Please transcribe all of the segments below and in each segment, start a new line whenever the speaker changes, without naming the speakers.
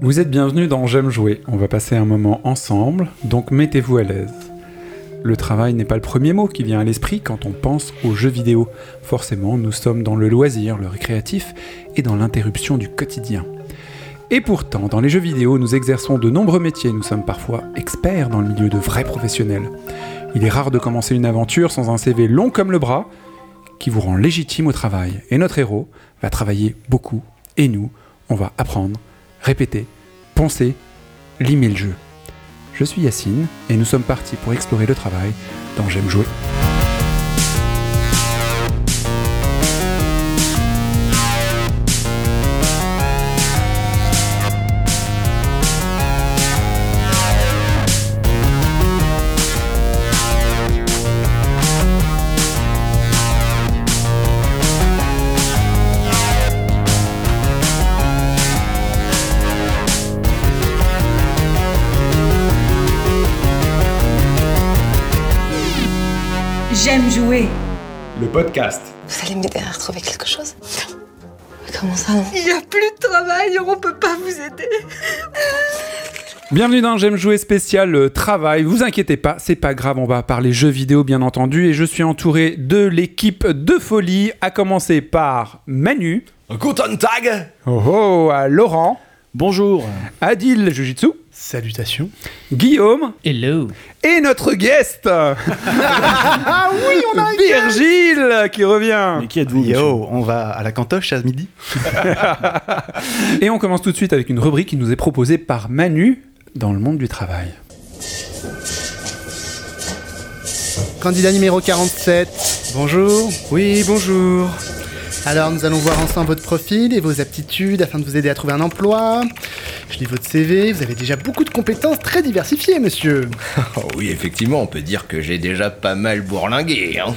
Vous êtes bienvenue dans J'aime jouer. On va passer un moment ensemble, donc mettez-vous à l'aise. Le travail n'est pas le premier mot qui vient à l'esprit quand on pense aux jeux vidéo. Forcément, nous sommes dans le loisir, le récréatif et dans l'interruption du quotidien. Et pourtant, dans les jeux vidéo, nous exerçons de nombreux métiers, nous sommes parfois experts dans le milieu de vrais professionnels. Il est rare de commencer une aventure sans un CV long comme le bras qui vous rend légitime au travail. Et notre héros va travailler beaucoup, et nous, on va apprendre, répéter, penser, limer le jeu. Je suis Yacine et nous sommes partis pour explorer le travail dans J'aime jouer.
J'aime jouer.
Le podcast.
Vous allez m'aider à retrouver quelque chose Mais Comment ça hein non
Il n'y a plus de travail, on peut pas vous aider.
Bienvenue dans J'aime jouer spécial euh, travail. Vous inquiétez pas, c'est pas grave, on va parler jeux vidéo bien entendu et je suis entouré de l'équipe de folie à commencer par Manu,
Guten Tag
oh oh, à Laurent,
Bonjour.
Adil Jujitsu,
Salutations.
Guillaume
Hello.
et notre guest. ah oui, on a Virgile qui revient.
Mais qui êtes-vous
Yo, on va à la cantoche à midi
Et on commence tout de suite avec une rubrique qui nous est proposée par Manu dans le monde du travail.
Candidat numéro 47. Bonjour. Oui, bonjour. Alors, nous allons voir ensemble votre profil et vos aptitudes afin de vous aider à trouver un emploi. Je lis votre CV, vous avez déjà beaucoup de compétences très diversifiées, monsieur.
Oh oui, effectivement, on peut dire que j'ai déjà pas mal bourlingué. Hein.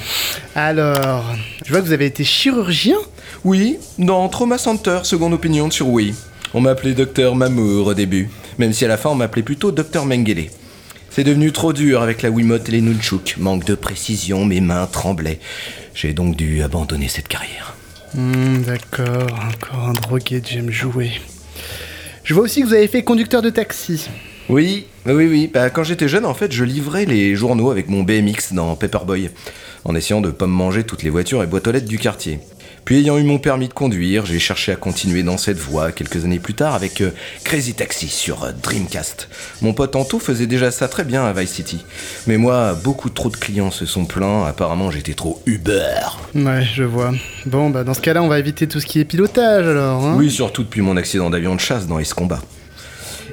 Alors, je vois que vous avez été chirurgien
Oui, dans Trauma Center, seconde opinion sur oui. On m'appelait Docteur Mamour au début, même si à la fin on m'appelait plutôt Docteur Mengele. C'est devenu trop dur avec la Wiimote et les Nunchuk. Manque de précision, mes mains tremblaient. J'ai donc dû abandonner cette carrière.
Hmm, d'accord, encore un drogué de j'aime jouer. Je vois aussi que vous avez fait conducteur de taxi.
Oui, oui, oui. Bah, quand j'étais jeune, en fait, je livrais les journaux avec mon BMX dans Paperboy, en essayant de pas me manger toutes les voitures et boîtes aux lettres du quartier. Puis, ayant eu mon permis de conduire, j'ai cherché à continuer dans cette voie quelques années plus tard avec euh, Crazy Taxi sur euh, Dreamcast. Mon pote Anto faisait déjà ça très bien à Vice City. Mais moi, beaucoup trop de clients se sont plaints, apparemment j'étais trop Uber.
Ouais, je vois. Bon, bah dans ce cas-là, on va éviter tout ce qui est pilotage alors. Hein
Oui, surtout depuis mon accident d'avion de chasse dans Ace Combat.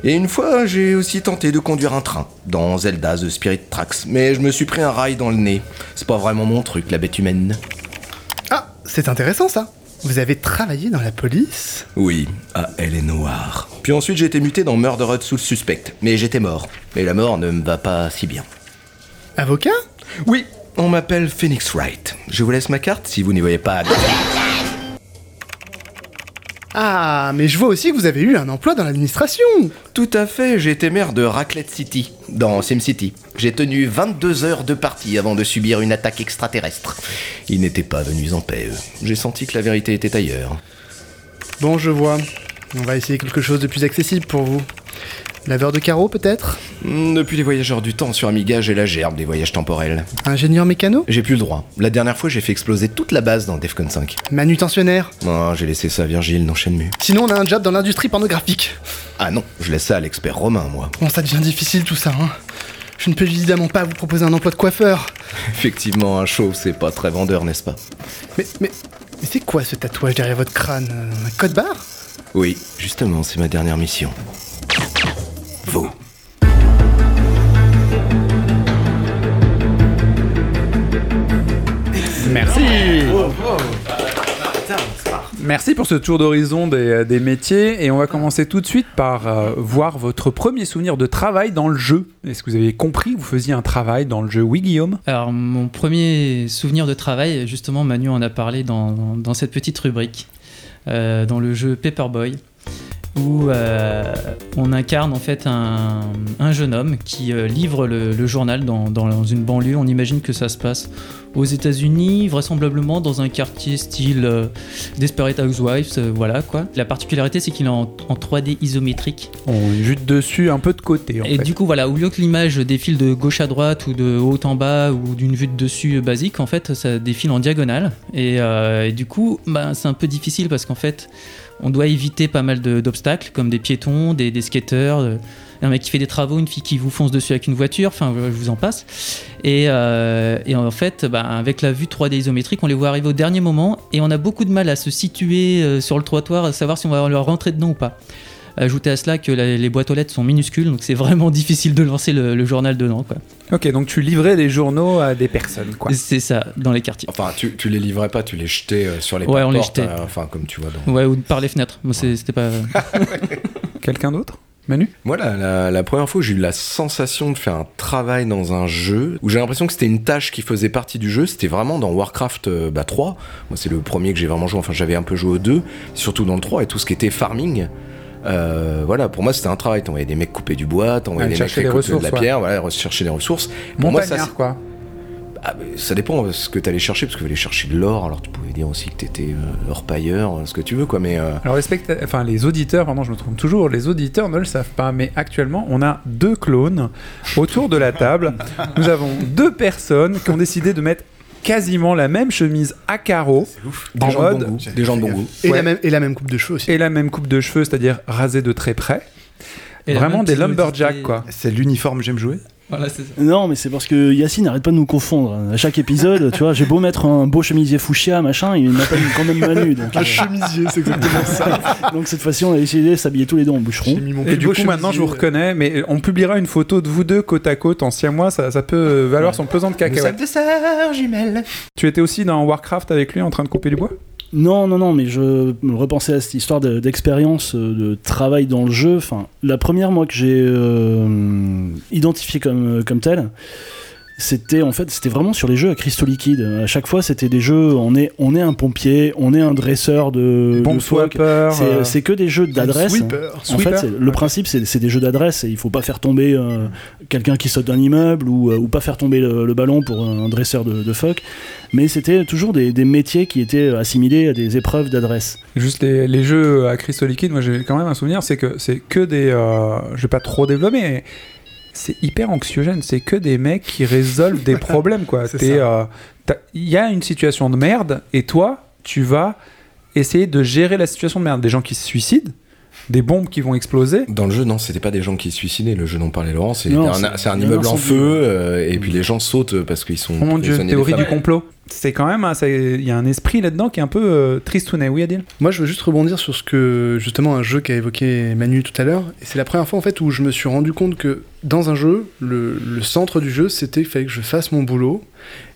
Et une fois, j'ai aussi tenté de conduire un train dans Zelda The Spirit Tracks, mais je me suis pris un rail dans le nez. C'est pas vraiment mon truc, la bête humaine.
Ah, c'est intéressant ça. Vous avez travaillé dans la police
Oui, ah, elle est noire. Puis ensuite, j'ai été muté dans Murdered Soul Suspect, mais j'étais mort. Et la mort ne me va pas si bien.
Avocat
Oui, on m'appelle Phoenix Wright. Je vous laisse ma carte si vous n'y voyez pas.
Ah, mais je vois aussi que vous avez eu un emploi dans l'administration.
Tout à fait, j'ai été maire de Raclette City, dans SimCity. J'ai tenu 22 heures de partie avant de subir une attaque extraterrestre. Ils n'étaient pas venus en paix, eux. J'ai senti que la vérité était ailleurs.
Bon, je vois. On va essayer quelque chose de plus accessible pour vous. Laveur de carreaux peut-être
Hmm, Depuis les voyageurs du temps sur Amiga, j'ai la gerbe des voyages temporels.
Ingénieur mécano
J'ai plus le droit. La dernière fois, j'ai fait exploser toute la base dans Defcon 5.
Manutentionnaire
Non, j'ai laissé ça à Virgile dans Shenmue.
Sinon, on a un job dans l'industrie pornographique.
Ah non, je laisse ça à l'expert romain, moi.
Bon, ça devient difficile tout ça, hein. Je ne peux évidemment pas vous proposer un emploi de coiffeur.
Effectivement, un chauve, c'est pas très vendeur, n'est-ce pas
Mais, mais, mais c'est quoi ce tatouage derrière votre crâne euh, Un code barre
Oui, justement, c'est ma dernière mission. Vous.
Merci. Merci pour ce tour d'horizon des, des métiers et on va commencer tout de suite par euh, voir votre premier souvenir de travail dans le jeu. Est-ce que vous avez compris que vous faisiez un travail dans le jeu Oui Guillaume
Alors, mon premier souvenir de travail, justement, Manu en a parlé dans, dans cette petite rubrique, euh, dans le jeu Paperboy, où euh, on incarne en fait un, un jeune homme qui euh, livre le, le journal dans, dans une banlieue. On imagine que ça se passe aux États-Unis, vraisemblablement dans un quartier style euh, Desperate Housewives, euh, voilà quoi. La particularité, c'est qu'il est en, en 3D isométrique.
On jute dessus un peu de côté en
Et
fait.
du coup, voilà, au lieu que l'image défile de gauche à droite ou de haut en bas ou d'une vue de dessus euh, basique, en fait, ça défile en diagonale. Et, euh, et du coup, bah, c'est un peu difficile parce qu'en fait, on doit éviter pas mal de- d'obstacles comme des piétons, des, des skateurs, euh, un mec qui fait des travaux, une fille qui vous fonce dessus avec une voiture, enfin, je vous en passe. Et, euh, et en fait, bah, avec la vue 3D isométrique, on les voit arriver au dernier moment et on a beaucoup de mal à se situer euh, sur le trottoir, à savoir si on va leur rentrer dedans ou pas. Ajoutez à cela que la- les boîtes aux lettres sont minuscules, donc c'est vraiment difficile de lancer le, le journal dedans. Quoi.
Ok, donc tu livrais les journaux à des personnes quoi.
C'est ça, dans les quartiers.
Enfin, tu, tu les livrais pas, tu les jetais euh, sur les
Ouais, on les
portes,
jetait.
euh, enfin, comme tu vois. dans-
Ouais, ou par les fenêtres. Moi, c'est- c'était pas.
Quelqu'un d'autre Manu
Moi, la, la- la première fois, j'ai eu la sensation de faire un travail dans un jeu où j'ai l'impression que c'était une tâche qui faisait partie du jeu. C'était vraiment dans Warcraft euh, bah, 3. Moi, c'est le premier que j'ai vraiment joué. Enfin, j'avais un peu joué au 2, surtout dans le 3 et tout ce qui était farming. euh, voilà, pour moi c'était un travail. T'envoyais des mecs couper du bois,
Ouais,
t'envoyais des mecs
chercher des
récolter de la
ressources, ouais.
pierre, voilà, rechercher des ressources. Pour moi, ça,
Montagnard quoi.
Ah, mais ça dépend euh, ce que t'allais chercher, parce que t'allais chercher de l'or, alors tu pouvais dire aussi que t'étais euh, orpailleur, euh, ce que tu veux, quoi, mais... euh,
Alors les, specta- enfin, les auditeurs, pardon, je me trompe toujours, les auditeurs ne le savent pas, mais actuellement, on a deux clones autour de la table. Nous avons deux personnes qui ont décidé de mettre quasiment la même chemise à carreaux
des,
en
gens de
mode
bon goût, des gens de bon goût.
Et,
Ouais.
la même, et la même coupe de cheveux aussi.
et la même coupe de cheveux, c'est-à-dire rasée de très près.
Et la
Vraiment
même
des
petite
lumberjacks
nudité.
quoi.
C'est l'uniforme J'aime jouer.
Voilà, c'est ça.
Non, mais c'est parce que Yacine n'arrête pas de nous confondre. À chaque épisode, tu vois, j'ai beau mettre un beau chemisier fuchsia, machin, il m'appelle quand même Manu. Donc,
Un chemisier, c'est exactement ça.
euh, donc cette fois-ci, on a décidé de s'habiller tous les deux en boucheron.
J'ai mis mon
Et
plus
du
beau
coup, maintenant, je vous
chemisier.
reconnais, mais on publiera une photo de vous deux côte à côte en six mois, ça, ça peut euh, valoir son pesant de
Nous sommes
cacahuètes.
deux sœurs jumelles.
Tu étais aussi dans Warcraft avec lui en train de couper du bois
Non, non, non, mais je repensais à cette histoire de- d'expérience, euh, de travail dans le jeu. Enfin, la première, moi, que j'ai euh, identifiée comme, euh, comme telle, c'était en fait, c'était vraiment sur les jeux à cristaux liquides. À chaque fois, c'était des jeux, on est, on est un pompier, on est un dresseur de.
Bomb
de phoques.
swapper.
C'est-
euh,
C'est que des jeux d'adresse.
Sweeper.
En
Sweeper.
fait, c'est- le principe, c'est c'est des jeux d'adresse et il faut pas faire tomber euh, quelqu'un qui saute d'un immeuble ou, euh, ou pas faire tomber le, le ballon pour un dresseur de, de phoque. Mais c'était toujours des, des métiers qui étaient assimilés à des épreuves d'adresse.
Juste les, les jeux à cristaux liquides, moi j'ai quand même un souvenir, c'est que c'est que des. euh, je vais pas trop développer, mais c'est hyper anxiogène. C'est que des mecs qui résolvent des problèmes, quoi.
C'est
T'es, euh, t'as- Il y a une situation de merde, et toi, tu vas essayer de gérer la situation de merde. Des gens qui se suicident, des bombes qui vont exploser.
Dans le jeu, non, c'était pas des gens qui se suicidaient, le jeu dont parlait Laurent, c'est
Non,
un,
c'est-
c'est un
un
immeuble en
incendie.
feu, euh, et puis les gens sautent parce qu'ils sont...
Oh mon dieu,
prisonniers des
théorie du
flammes.
complot. C'est quand même. hein, c'est- Il y a un esprit là-dedans qui est un peu euh, tristounet. Oui, Adil
Moi, je veux juste rebondir sur ce que, justement, un jeu qu'a évoqué Manu tout à l'heure. Et c'est la première fois, en fait, où je me suis rendu compte que dans un jeu, le, le centre du jeu, c'était qu'il fallait que je fasse mon boulot.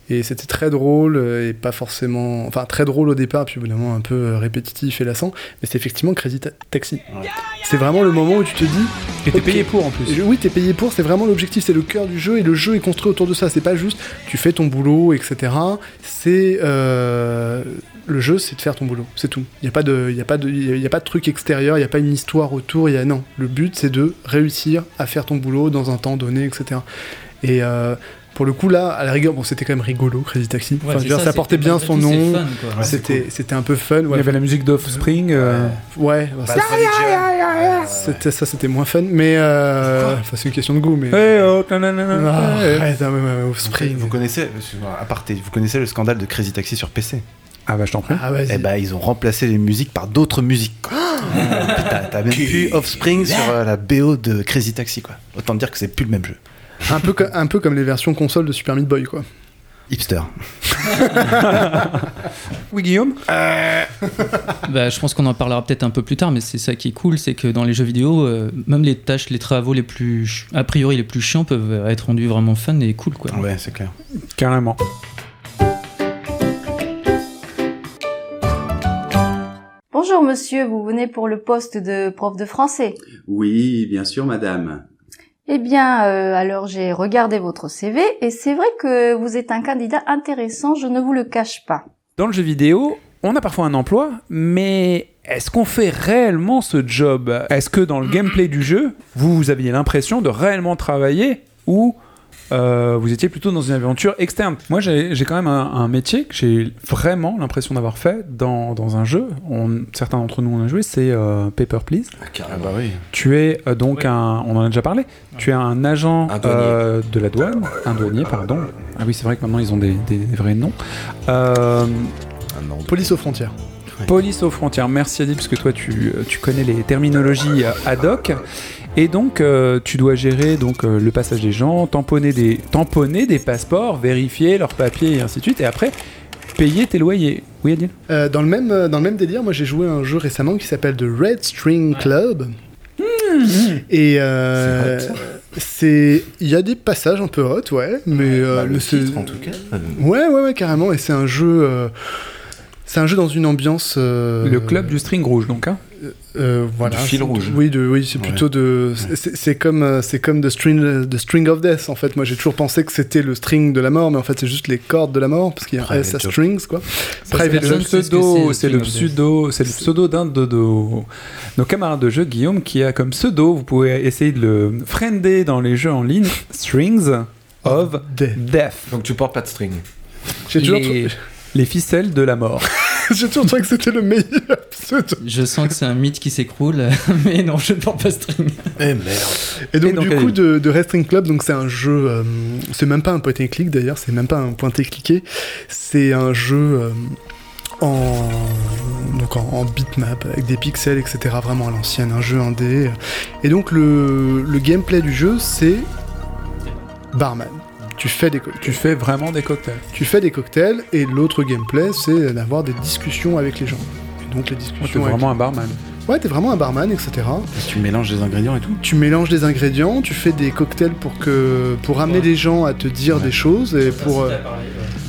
Et c'était très drôle euh, et pas forcément. Enfin, très drôle au départ, puis au bout d'un moment, un peu euh, répétitif et lassant. Mais c'est effectivement Crazy Ta- Taxi. C'est vraiment le moment où tu te dis
Et t'es
Ok.
payé pour en plus.
Je- Oui, t'es payé pour, c'est vraiment l'objectif, c'est le cœur du jeu et le jeu est construit autour de ça. C'est pas juste tu fais ton boulot, etc. C'est euh, le jeu, c'est de faire ton boulot, c'est tout. Il y a pas de, il y a pas de, y a- y a pas de truc extérieur, il y a pas une histoire autour. Il y a non. Le but, c'est de réussir à faire ton boulot dans un temps donné, etc. Et euh, pour le coup là, à la rigueur, bon, c'était quand même rigolo, Crazy Taxi. Enfin, je veux dire, ça, portait bien son nom. C'était, c'était un peu fun.
Il y
Ouais,
avait la musique d'Offspring. euh,
ouais. bah,
Bad religion.
c'était ça, c'était moins fun, mais euh, enfin, c'est une question de goût, mais.
Hey, oh, nanana,
Ah,
hey.
arrête, ah, ouais, ouais, ouais,
Après,
Offspring.
vous connaissez, excuse-moi, aparté, vous connaissez le scandale de Crazy Taxi sur PC
Ah bah je t'en prie.
Ah, vas-y.
Eh ben, ils ont remplacé les musiques par d'autres musiques. quoi.
Ah
T'as t'as même plus Offspring sur euh, la BO de Crazy Taxi, quoi. Autant dire que c'est plus le même jeu.
un, peu co- un peu comme les versions console de Super Meat Boy, quoi.
Hipster.
Oui Guillaume
Bah, je pense qu'on en parlera peut-être un peu plus tard, mais c'est ça qui est cool, c'est que dans les jeux vidéo, euh, même les tâches, les travaux les plus, ch- a priori les plus chiants, peuvent euh, être rendus vraiment fun et cool, quoi.
Ah Ouais, c'est clair.
Carrément.
Bonjour monsieur, vous venez pour le poste de prof de français.
Oui, bien sûr, madame.
Eh bien, euh, alors j'ai regardé votre CV et c'est vrai que vous êtes un candidat intéressant, je ne vous le cache pas.
Dans le jeu vidéo, on a parfois un emploi, mais est-ce qu'on fait réellement ce job Est-ce que dans le gameplay du jeu, vous, vous aviez l'impression de réellement travailler ou euh, vous étiez plutôt dans une aventure externe. Moi, j'ai j'ai quand même un, un métier que j'ai vraiment l'impression d'avoir fait dans, dans un jeu. On- certains d'entre nous on a joué, c'est euh, Paper Please.
Ah bah oui.
Tu es euh, donc un, on en a déjà parlé, tu es un agent euh, de la douane, un douanier, pardon. Ah oui, c'est vrai que maintenant ils ont des, des- des vrais noms. Euh,
Police aux frontières.
Police aux frontières, merci Adi, parce que toi tu, euh, tu connais les terminologies euh, ad hoc. Et donc euh, tu dois gérer donc euh, le passage des gens, tamponner des, tamponner des passeports, vérifier leurs papiers et ainsi de suite, et après payer tes loyers. Oui Adil
Euh, dans, le même, euh, dans le même délire, moi j'ai joué à un jeu récemment qui s'appelle The Red String Club. Et euh, c'est. Il y a des passages un peu hot, ouais, mais.
bah,
euh, mais c'est-
Bah, en tout cas.
Ouais, ouais, ouais, carrément. Et c'est un jeu. euh, C'est un jeu dans une ambiance. euh,
Le club du string rouge donc. Hein
euh, voilà.
Du fil
C'est-
rouge.
Oui, de- oui c'est plutôt de. C'est c'est comme, euh, c'est comme the, string, the String of Death, en fait. Moi, j'ai toujours pensé que c'était le string de la mort, mais en fait, c'est juste les cordes de la mort, parce qu'il y a
Private
S à
joke.
strings, quoi.
Private
joke.
le pseudo, c'est le pseudo, c'est le pseudo d'un de nos, nos camarades de jeu, Guillaume, qui a comme pseudo, vous pouvez essayer de le friender dans les jeux en ligne, Strings of Death.
Donc tu portes pas de string.
J'ai toujours
les, les ficelles de la mort.
J'ai toujours trouvé que c'était le meilleur pseudo.
Je sens que c'est un mythe qui s'écroule, mais non, je ne porte pas string.
Eh merde. Et donc, du coup, de, de Wrestling Club, donc c'est un jeu, euh, c'est même pas un point and click d'ailleurs, c'est même pas un point et cliqué, c'est un jeu euh, en, donc en, en bitmap avec des pixels, etc. Vraiment à l'ancienne, un jeu en D. Et donc le, le gameplay du jeu, c'est barman. Tu fais des cocktails.
Tu fais vraiment des cocktails.
Tu fais des cocktails et l'autre gameplay, c'est d'avoir des discussions avec les gens. Et donc les discussions.
T'es
avec-
vraiment un barman.
Ouais, t'es vraiment un barman, etc.
Tu mélanges les ingrédients et tout.
Tu mélanges des ingrédients, tu fais des cocktails pour que pour amener les gens à te dire des choses et pour euh,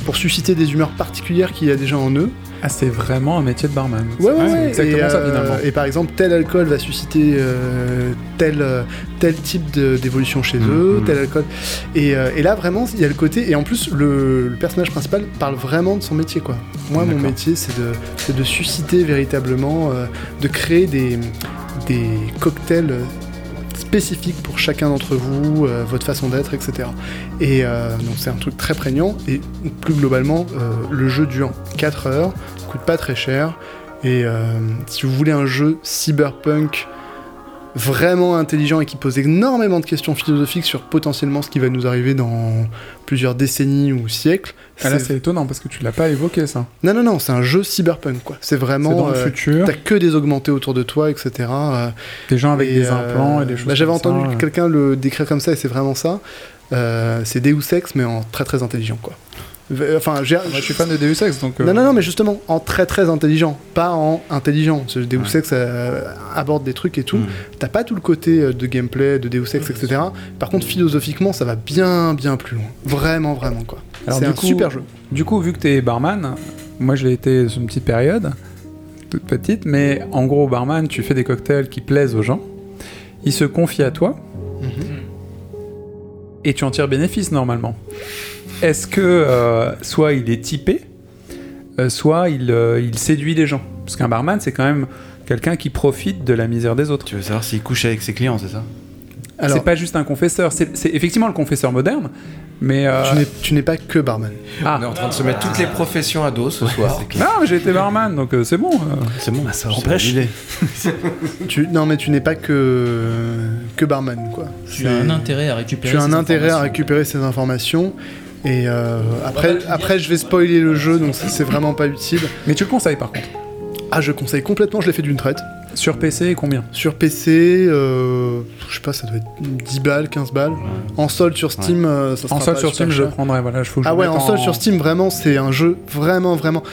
pour susciter des humeurs particulières qu'il y a déjà en eux.
Ah, c'est vraiment un métier de barman.
Ouais, ouais,
C'est
ouais.
Exactement
et,
ça
euh,
finalement.
Et par exemple, tel alcool va susciter euh, tel euh, tel type de- d'évolution chez
Mm,
eux, tel alcool. Et, euh, et là vraiment, il y a le côté et en plus le, le personnage principal parle vraiment de son métier quoi. Moi, mon métier, c'est de c'est de susciter véritablement, euh, de créer des des cocktails spécifique pour chacun d'entre vous, euh, votre façon d'être, etc. Et euh, donc c'est un truc très prégnant. Et plus globalement, euh, le jeu dure 4 heures, coûte pas très cher. Et euh, si vous voulez un jeu cyberpunk vraiment intelligent et qui pose énormément de questions philosophiques sur potentiellement ce qui va nous arriver dans plusieurs décennies ou siècles,
Ah, là,
c'est-
c'est étonnant parce que tu l'as pas évoqué ça.
non, non, non, c'est un jeu cyberpunk, quoi. C'est vraiment. euh,
C'est dans le futur.
T'as que des augmentés autour de toi, etc. euh,
Des gens avec
et,
des implants et des choses
bah, J'avais
comme ça, euh.
entendu
ouais.
quelqu'un le décrire comme ça, et c'est vraiment ça. Euh, c'est Deus Ex, mais en très très intelligent, quoi. V- euh, Enfin, j'ai-
Moi, je suis fan de Deus Ex, donc. euh,
non, non, non, mais justement, en très très intelligent, pas en intelligent. Ce Deus Ex euh, aborde des trucs et
Mm.
tout. T'as pas tout le côté euh, de gameplay, de Deus Ex, etc. Par contre, philosophiquement, ça va bien bien plus loin. Vraiment, vraiment, quoi.
Alors,
C'est
du
un
coup-
super jeu.
Du coup, vu que t'es barman, moi je l'ai été sur une petite période, toute petite, mais en gros, barman, tu fais des cocktails qui plaisent aux gens, ils se confient à toi, Mhm. et tu en tires bénéfice normalement. Est-ce que euh, soit il est typé, euh, soit il, euh, il séduit les gens Parce qu'un barman, c'est quand même quelqu'un qui profite de la misère des autres.
Tu veux savoir s'il couche avec ses clients, c'est ça
C'est pas juste un confesseur, c'est c'est effectivement le confesseur moderne, mais. euh,
Tu n'es- Tu n'es pas que barman.
Ah.
On est en train de se mettre toutes les professions à dos ce soir.
Non, mais Ah, j'ai été barman, donc euh, c'est bon. euh.
C'est bon, Ah, ça empêche.
tu, non, mais tu n'es pas que, que barman, quoi.
Tu as
C'est-
un intérêt à récupérer.
tu as un
ces
intérêt à
informations.
récupérer ces informations. Et euh, après, après, je vais spoiler le jeu, donc ça, c'est vraiment pas utile.
Mais tu le conseilles par contre.
Ah, je conseille complètement, je l'ai fait d'une traite.
Sur PC, combien
Sur PC, euh, je sais pas, ça doit être 10 balles, 15 balles. En solde sur Steam, euh, ça sera
En solde
pas
sur
super
Steam, je
cher.
le prendrais. Voilà, je faut que je
Ah
le
ouais,
mette
en solde sur Steam, vraiment, c'est un jeu vraiment, vraiment.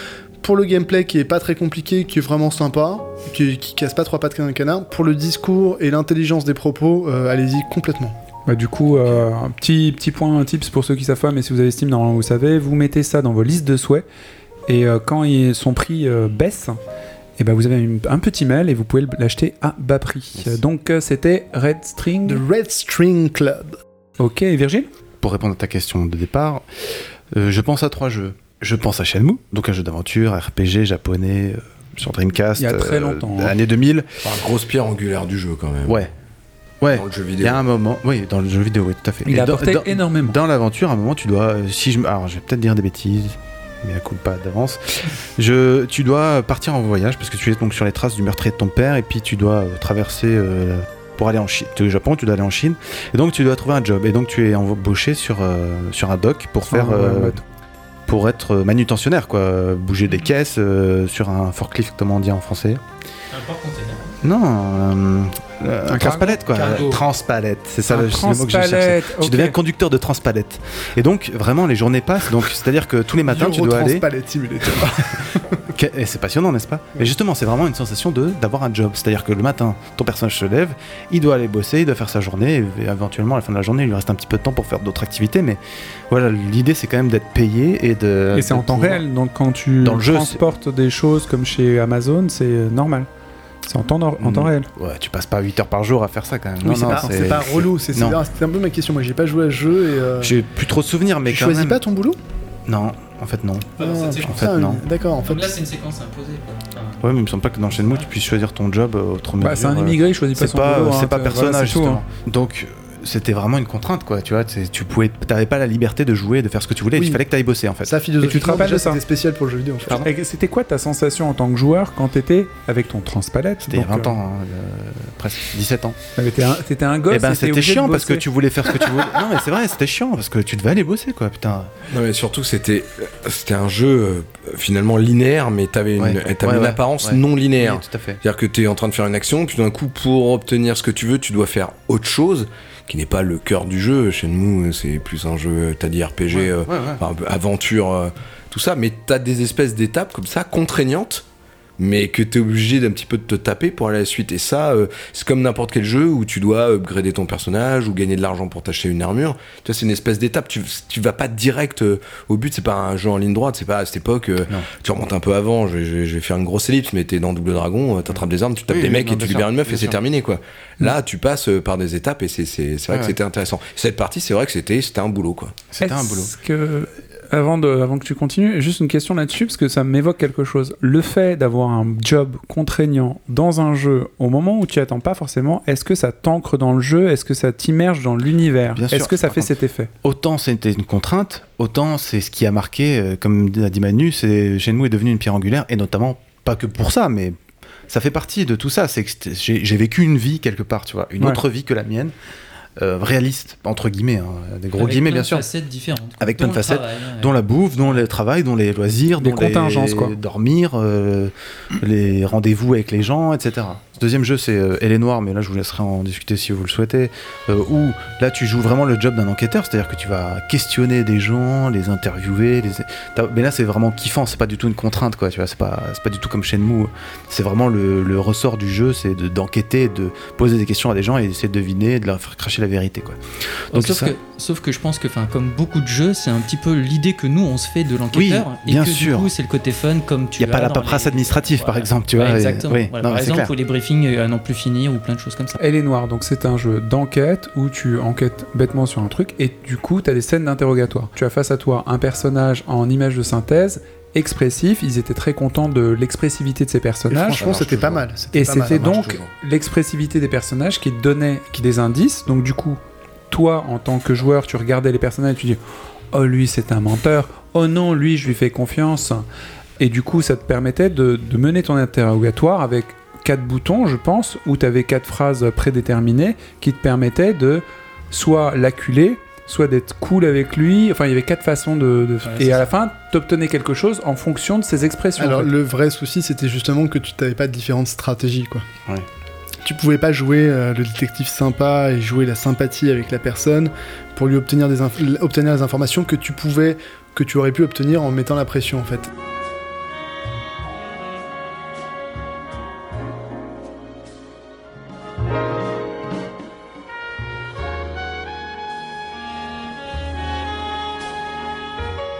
Pour le gameplay qui est pas très compliqué, qui est vraiment sympa, qui, qui casse pas trois pattes qu'un canard, pour le discours et l'intelligence des propos, euh, allez-y complètement.
Bah, du coup, euh, un petit, petit point, un tips pour ceux qui savent pas, mais si vous avez Steam, normalement vous savez, vous mettez ça dans vos listes de souhaits, et euh, quand il- son prix euh, baisse, et ben vous avez une- un petit mail et vous pouvez l'acheter à bas prix. Euh, Donc euh, c'était Red String.
The Red String Club.
Ok, et Virgile
Pour répondre à ta question de départ, euh, je pense à trois jeux. Je pense à Shenmue, donc un jeu d'aventure, RPG japonais euh, sur Dreamcast.
Il y a très
euh,
longtemps, hein.
Année 2000.
Enfin, grosse pierre angulaire du jeu quand même.
Ouais. Ouais.
Dans le jeu
Il y
vidéo.
a un moment, oui, dans le jeu vidéo, oui, tout à fait.
Il
Et
a
dans-
apporté
dans-
énormément.
Dans l'aventure, à un moment, tu dois, euh, si je, me- alors je vais peut-être dire des bêtises, mais à coup pas d'avance. Je, tu dois partir en voyage parce que tu es donc sur les traces du meurtrier de ton père et puis tu dois euh, traverser euh, pour aller en Chine, tu es au Japon, tu dois aller en Chine et donc tu dois trouver un job et donc tu es embauché sur euh, sur un dock pour faire
Ah, ouais,
euh,
ouais. Mmh.
pour être euh, manutentionnaire quoi, euh, bouger des caisses euh, sur un forklift comment on dit en français.
Un porte-container.
Non, euh, euh,
Un
transpalette quoi.
cargo.
Transpalette, c'est ça
Un
le, c'est le mot que je cherchais.
transpalette,
Tu
ok.
deviens conducteur de transpalette. Et donc vraiment les journées passent, donc c'est-à-dire que tous les matins tu dois aller.
Palette Simulator.
Que- et C'est passionnant, n'est-ce pas Mais justement, c'est vraiment une sensation de d'avoir un job. C'est-à-dire que le matin, ton personnage se lève, il doit aller bosser, il doit faire sa journée, et éventuellement à la fin de la journée, il lui reste un petit peu de temps pour faire d'autres activités. Mais voilà, l'idée c'est quand même d'être payé et de.
Et c'est en
de
temps
pouvoir-
réel, donc quand tu
euh, Dans le jeu,
transportes des choses comme chez Amazon, c'est euh, normal. C'est en temps, nor- en temps
Mm.
réel.
Ouais, tu passes pas 8 heures par jour à faire ça quand même.
Oui,
Non,
c'est
non,
pas, c'est pas relou, c'est c'est-
Non.
c'était un peu ma question. Moi, j'ai pas joué à ce jeu et. euh,
J'ai plus trop de souvenirs, mais
tu
quand
choisis
même.
pas ton boulot
Non, en fait, non.
Pas dans cette
Ah,
séquence.
En fait, non.
D'accord, en fait.
Donc là, c'est une séquence imposée. quoi. Enfin,
Ouais, mais il me semble pas que dans Shenmue, tu puisses choisir ton job euh, autrement.
Bah, c'est un immigré, il choisit pas
c'est
son
pas, euh,
boulot,
c'est
hein,
pas
t'as-
personnage
voilà, c'est tout, hein.
justement. donc c'était vraiment une contrainte quoi tu vois c'est- tu pouvais t'avais pas la liberté de jouer de faire ce que tu voulais
Oui.
il fallait que t'ailles bosser en fait
Ça, philosophie,
Et tu te rappelles de ça
C'était spécial pour le jeu vidéo en fait.
hein. Et C'était quoi ta sensation en tant que joueur quand t'étais avec ton transpalette
c'était il y a
donc,
20 ans hein, euh, presque 17 ans
euh, T'étais un, t'étais un gosse.
et ben
t'étais
c'était
obligé de
chiant parce que
bosser.
tu voulais faire ce que tu voulais non mais c'est vrai c'était chiant parce que tu devais aller bosser quoi putain
Non mais surtout c'était c'était un jeu euh, finalement linéaire mais t'avais une,
Ouais.
t'avais
Ouais,
une
ouais,
apparence
ouais.
non
Oui,
linéaire.
tout à fait
C'est-à-dire que t'es en train de faire une action puis d'un coup pour obtenir ce que tu veux tu dois faire autre chose qui n'est pas le cœur du jeu. Chez nous c'est plus un jeu t'as dit RPG euh,
Ouais, ouais.
enfin, un peu aventure euh, tout ça mais t'as des espèces d'étapes comme ça contraignantes mais que t'es obligé d'un petit peu de te taper pour aller à la suite. Et ça, euh, c'est comme n'importe quel jeu où tu dois upgrader ton personnage ou gagner de l'argent pour t'acheter une armure. Tu vois, c'est une espèce d'étape. Tu, tu vas pas direct euh, au but. C'est pas un jeu en ligne droite. C'est pas à cette époque. euh,
Non.
tu remontes un peu avant. Je, je- je vais faire une grosse ellipse, mais t'es dans Double Dragon. euh, T'attrapes des armes, tu tapes
Oui,
des
oui,
mecs
non,
et tu
bien
libères
sûr,
une meuf et
bien
c'est
sûr. Mm.
terminé, quoi. Là, tu passes euh, par des étapes et c'est, c'est, c'est vrai
Ouais,
que
ouais.
c'était intéressant. Cette partie, c'est vrai que c'était, c'était un boulot, quoi.
c'était
Eh,
un boulot
Est-ce que, avant, de, avant que tu continues, juste une question là-dessus, parce que ça m'évoque quelque chose. Le fait d'avoir un job contraignant dans un jeu, au moment où tu attends pas forcément, est-ce que ça t'ancre dans le jeu Est-ce que ça t'immerge dans l'univers
Bien sûr,
Est-ce que ça
par
fait
contre.
cet effet
autant c'était une contrainte, autant c'est ce qui a marqué, euh, comme a dit Manu, c'est Shenmue est devenu une pierre angulaire, et notamment pas que pour ça, mais ça fait partie de tout ça. C'est que c'était- j'ai j'ai vécu une vie quelque part, tu vois, une
Ouais.
autre vie que la mienne, euh, réaliste entre guillemets, hein, des gros
avec
guillemets
plein
bien
de
sûr,
facettes différentes. quoi.
Avec plein
Dont
de
le
facettes,
travail, ouais.
dont la bouffe, dont le travail, dont les loisirs,
Des
dont
contingences, quoi.
dormir, euh, les rendez-vous avec les gens, etc. Ce deuxième jeu, c'est euh, Elle est noire, mais là, je vous laisserai en discuter si vous le souhaitez. euh, où là, tu joues vraiment le job d'un enquêteur, c'est-à-dire que tu vas questionner des gens, les interviewer, les... t'as- mais là, c'est vraiment kiffant. C'est pas du tout une contrainte, quoi. Tu vois, c'est pas, c'est pas du tout comme Shenmue. C'est vraiment le, le ressort du jeu, c'est de- d'enquêter, de, poser des questions à des gens et d'essayer de deviner, de leur faire cracher la vérité, quoi.
Donc,
c'est
sauf,
ça.
que, sauf que je pense que, enfin, comme beaucoup de jeux, c'est un petit peu l'idée que nous on se fait de l'enquêteur.
Oui,
et
bien
que
sûr.
Du coup, c'est le côté fun, comme tu.
Il n'y a pas
as
la
dans
paperasse
les-
administrative, par
Voilà.
exemple, tu
Ouais,
vois. et-
exactement.
oui,
Voilà,
non,
par
mais c'est
exemple,
clair.
ou les briefings euh, à non plus finir ou plein de choses comme ça.
Elle est noire, donc c'est un jeu d'enquête où tu enquêtes bêtement sur un truc et du coup tu as des scènes d'interrogatoire. Tu as face à toi un personnage en image de synthèse, expressif, ils étaient très contents de l'expressivité de ces
Et
personnages.
franchement,
ça marche
c'était pas
toujours.
Et
mal. pas mal,
c'était
ça marche
donc
toujours.
l'expressivité des personnages qui donnait qui des indices. Donc du coup, toi en tant que joueur, tu regardais les personnages et tu dis "Oh lui, c'est un menteur. Oh non, lui, je lui fais confiance." Et du coup, ça te permettait de, de mener ton interrogatoire avec quatre boutons, je pense, où tu avais quatre phrases prédéterminées qui te permettaient de soit l'acculer, soit d'être cool avec lui. Enfin, il y avait quatre façons de. de- et à la fin, t'obtenais quelque chose en fonction de ses expressions. en
Alors
fait.
le vrai souci c'était justement que tu t'avais pas différentes stratégies quoi.
Ouais.
Tu pouvais pas jouer euh, le détective sympa et jouer la sympathie avec la personne pour lui obtenir des inf- l- obtenir les informations que tu pouvais que tu aurais pu obtenir en mettant la pression en fait.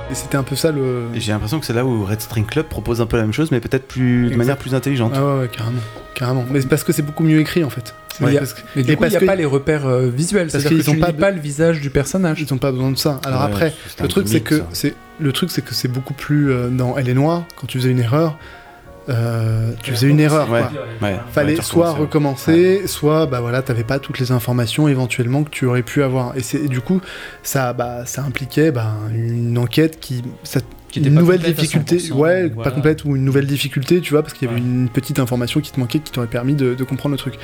Et c'était un peu ça le
Et J'ai l'impression que c'est là où Red String Club propose un peu la même chose, mais peut-être plus de
Exact.
manière plus intelligente.
Ah ouais, ouais, carrément, carrément. Mais c'est parce que c'est beaucoup mieux écrit en fait. C'est
Ouais.
parce que-
Mais du
Et
coup, il
parce
n'y a
que-
pas les repères euh, visuels,
parce
c'est-à-dire
qu'ils
que tu
ont
ne
pas
lis
de-
pas le visage du personnage.
Ils n'ont pas besoin de ça. Alors
Ouais,
après,
c'est un
le truc c'est
gimmick,
que
ça.
c'est le truc c'est que c'est beaucoup plus euh, dans Elle est noire quand tu faisais une erreur. euh, tu faisais une erreur.
Ouais,
quoi.
ouais.
Fallait
Ouais, tu
soit
recommençais.
recommencer, soit bah voilà, t'avais pas toutes les informations éventuellement que tu aurais pu avoir. Et, c'est- et du coup, ça, bah, ça impliquait bah, une enquête qui, ça-
Qui était
une
pas
nouvelle
complète à
difficulté,
100%,
ouais,
voilà.
pas complète ou une nouvelle difficulté, tu vois, parce qu'il y avait une petite information qui te manquait qui t'aurait permis de, de comprendre le truc.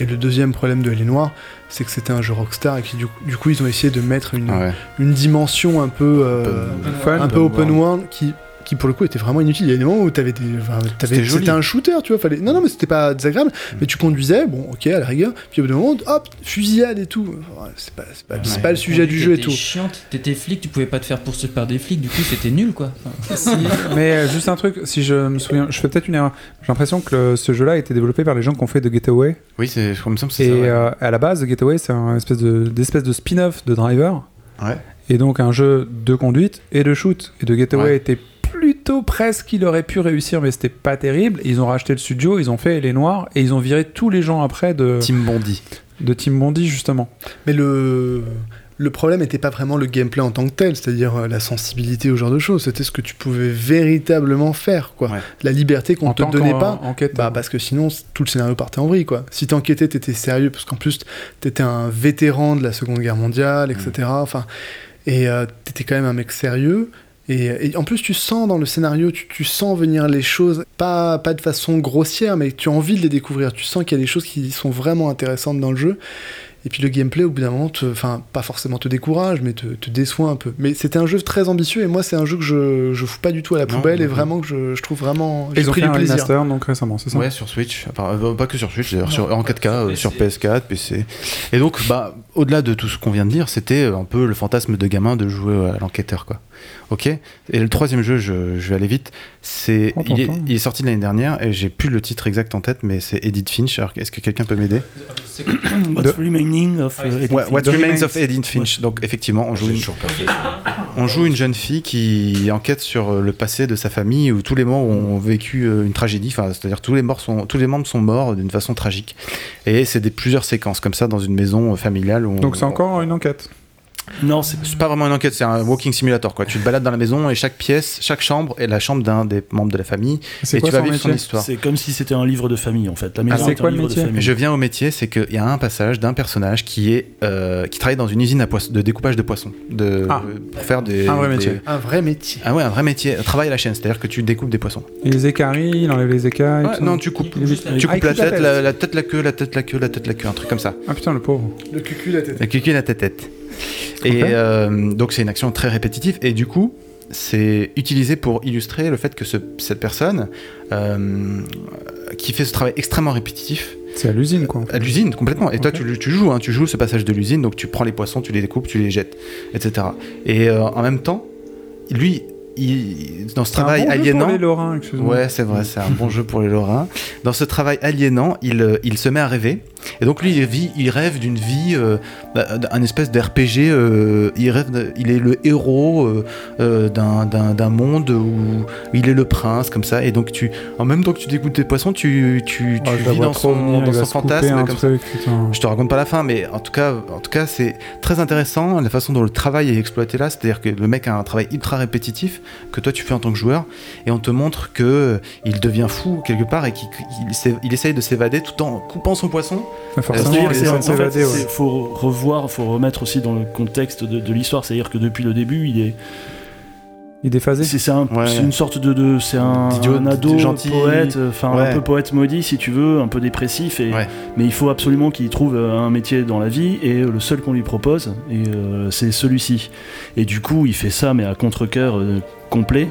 Et le deuxième problème de Les Noirs, c'est que c'était un jeu Rockstar et que du, du coup ils ont essayé de mettre une,
Ouais.
une dimension un peu euh,
Fun,
Bah,
un peu
open
open world qui qui pour le coup était vraiment inutile. Il y a des moments où t'avais des, enfin, t'avais-
C'était joli.
c'était un shooter, tu vois. Fallait, non, non, mais c'était pas désagréable. Mais tu conduisais, bon, ok, à la rigueur. Puis au bout d'un moment, hop, fusillade et tout. Ouais, C'est pas, c'est pas, c'est
Ouais,
pas le sujet du jeu et
t'étais
tout.
chiant, t'étais flic, tu pouvais pas te faire poursuivre par des flics, du coup c'était nul quoi. Enfin,
Mais euh, juste un truc, si je me souviens, je fais peut-être une erreur. J'ai l'impression que le- ce jeu-là a été développé par les gens qui ont fait The Getaway.
Oui, c'est comme ça.
Et
ça, ouais.
euh, à la base, The Getaway, c'est un espèce de, d'espèce de spin-off de Driver.
Ouais.
Et donc un jeu de conduite et de shoot. Et The Getaway
Ouais.
était plutôt presque qu'il aurait pu réussir, mais c'était pas terrible. Ils ont racheté le studio, ils ont fait Les Noirs et ils ont viré tous les gens après de
Team Bondi.
de Team Bondi justement.
Mais le le problème n'était pas vraiment le gameplay en tant que tel, c'est-à-dire euh, la sensibilité au genre de choses. C'était ce que tu pouvais véritablement faire, quoi.
Ouais.
La liberté qu'on
En
te
tant
donnait
qu'en-
pas.
enquêteur.
Bah parce que sinon c- tout le scénario partait en vrille quoi. Si t'enquêtais t'étais sérieux parce qu'en plus t'étais un vétéran de la Seconde Guerre mondiale
Mm.
etc. Enfin et euh, t'étais quand même un mec sérieux. Et, et en plus tu sens dans le scénario tu, tu sens venir les choses pas pas de façon grossière mais tu as envie de les découvrir. Tu sens qu'il y a des choses qui sont vraiment intéressantes dans le jeu. Et puis le gameplay, au bout d'un moment, te- enfin, pas forcément te décourage, mais te, te déçoit un peu. Mais c'était un jeu très ambitieux, et moi, c'est un jeu que je, je fous pas du tout à la
Non,
poubelle,
non,
et
non.
vraiment que je, je trouve vraiment.
Et
J'ai
ils ont
pris
fait
du
un
plaisir.
remaster donc récemment, c'est ça
Ouais, sur Switch. Enfin, euh, pas que sur Switch, d'ailleurs, sur- en 4K, euh, sur PS4, PC. Et donc, bah, au-delà de tout ce qu'on vient de dire, c'était euh, un peu le fantasme de gamin de jouer euh, à l'enquêteur, quoi. Ok Et le troisième jeu, je, je vais aller vite, c'est.
Oh,
il, est,
t'entends.
il est sorti l'année dernière, et j'ai plus le titre exact en tête, mais c'est Edith Finch. Alors, est-ce que quelqu'un peut m'aider
What's remaining of euh, Edith
Ouais, What
Finch.
Remains of Edith Finch. Donc, effectivement, on joue une. On joue une jeune fille qui enquête sur euh, le passé de sa famille où tous les morts ont vécu euh, une tragédie, enfin, c'est-à-dire tous les morts sont, tous les membres sont morts d'une façon tragique. Et c'est des plusieurs séquences comme ça dans une maison euh, familiale. Où on-
Donc c'est encore une enquête.
Non, c'est
C'est pas vraiment une enquête, c'est un walking simulator quoi. Tu te balades dans la maison et chaque pièce, chaque chambre est la chambre d'un des membres de la famille
C'est
et
quoi
tu vas
son
vivre son
métier
histoire.
c'est comme si c'était un livre de famille en fait. La maison
c'est
est
quoi
un
le
livre
métier
de famille.
Je viens au métier, c'est qu'il y a un passage d'un personnage qui est euh, qui travaille dans une usine à poisson- de découpage de poissons, de
Ah.
pour faire des
Un vrai
des-
métier.
Un vrai métier.
Ah ouais, un vrai métier, un travail à la chaîne, c'est-à-dire que tu découpes des poissons.
Et les écaries, il enlève les écailles.
Ouais,
tout ça.
non, tu coupes,
Il est Ah, juste-
tu
Ah, il
coupes la
coupe la
tête,
tête.
la, la tête, la queue, la tête, la queue, la tête, la queue, un truc comme ça.
Ah putain le pauvre.
Le cucu, la tête.
La queue, la tête, tête. Et euh, donc c'est une action très répétitive et du coup c'est utilisé pour illustrer le fait que ce- cette personne euh, qui fait ce travail extrêmement répétitif
C'est à l'usine quoi.
à l'usine complètement. Et toi
Ok.
tu, le- tu joues, hein, tu joues ce passage de l'usine donc tu prends les poissons, tu les découpes, tu les jettes, etc. Et euh, en même temps lui il, dans ce
C'est un
travail
bon jeu
aliénant
pour les Lorrains, excuse-moi.
Ouais, c'est vrai, c'est un bon jeu pour les Lorrains. Dans ce travail aliénant, il, euh, il se met à rêver. Et donc lui, il, vit, il rêve d'une vie, euh, bah, d'un espèce d'RPG. euh, il, rêve de- il est le héros euh, euh, d'un- d'un d'un monde où il est le prince, comme ça. Et donc tu, en même temps que tu découpes tes poissons, tu, tu, tu
Oh, je la
vis
vois
dans
trop
son,
venir,
dans
il
son
va se couper
fantasme.
un
comme ça.
truc, putain.
Je te raconte pas la fin, mais en tout cas, en tout cas, c'est très intéressant la façon dont le travail est exploité là. C'est-à-dire que le mec a un travail ultra répétitif que toi tu fais en tant que joueur, et on te montre que euh, il devient fou quelque part et qu'il qu'il s'é- il essaye de s'évader tout en coupant son poisson.
Bah,
Euh,
forcément,
c'est-à-dire
il
que
essaie
c'est-
de
en fait,
s'évader, ouais.
Il faut revoir, faut remettre aussi dans le contexte de, de l'histoire, c'est-à-dire que depuis le début, il est,
Il est déphasé.
c'est c'est un-
Ouais.
c'est une sorte de, de- c'est un,
D'idiot,
un ado
de gentil.
poète, euh, enfin
Ouais.
un peu poète maudit si tu veux, un peu dépressif, et,
Ouais.
mais il faut absolument qu'il trouve euh, un métier dans la vie et euh, le seul qu'on lui propose, et, euh, c'est celui-ci. Et du coup, il fait ça mais à contre-cœur euh, complet.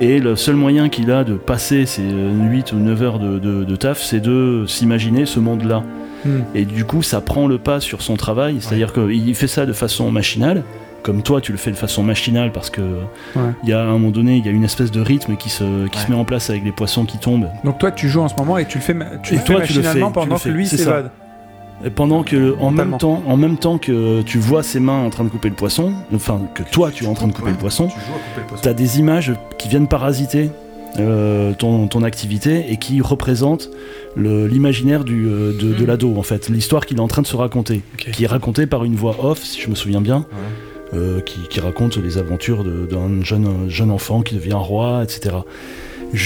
Et le seul moyen qu'il a de passer ces euh, 8 ou 9 heures de, de- de taf, c'est de s'imaginer ce monde-là.
Hmm.
Et du coup, ça prend le pas sur son travail. C'est-à-dire qu'il fait ça de façon machinale, comme toi, tu le fais de façon machinale parce que il
Ouais.
y a à un moment donné, il y a une espèce de rythme qui se, qui se
Ouais.
met en place avec les poissons qui tombent.
Donc toi, tu joues en ce moment et tu le fais, ma- tu
Et
le fais
toi, tu le
machinalement
fais, tu
pendant
le
que
fais,
lui
c'est ça.
s'évade.
Et pendant que, en
Mentalement.
même temps, en même temps que tu vois ses mains en train de couper le poisson, enfin que toi, tu es en train de couper le poisson,
Tu joues à couper le poisson.
t'as des images qui viennent parasiter. euh, ton, ton activité et qui représentent le- l'imaginaire du, euh, de, de l'ado en fait l'histoire qu'il est en train de se raconter
Ok.
qui est racontée par une voix off si je me souviens bien euh, qui, qui raconte les aventures de- d'un jeune, jeune enfant qui devient roi, etc.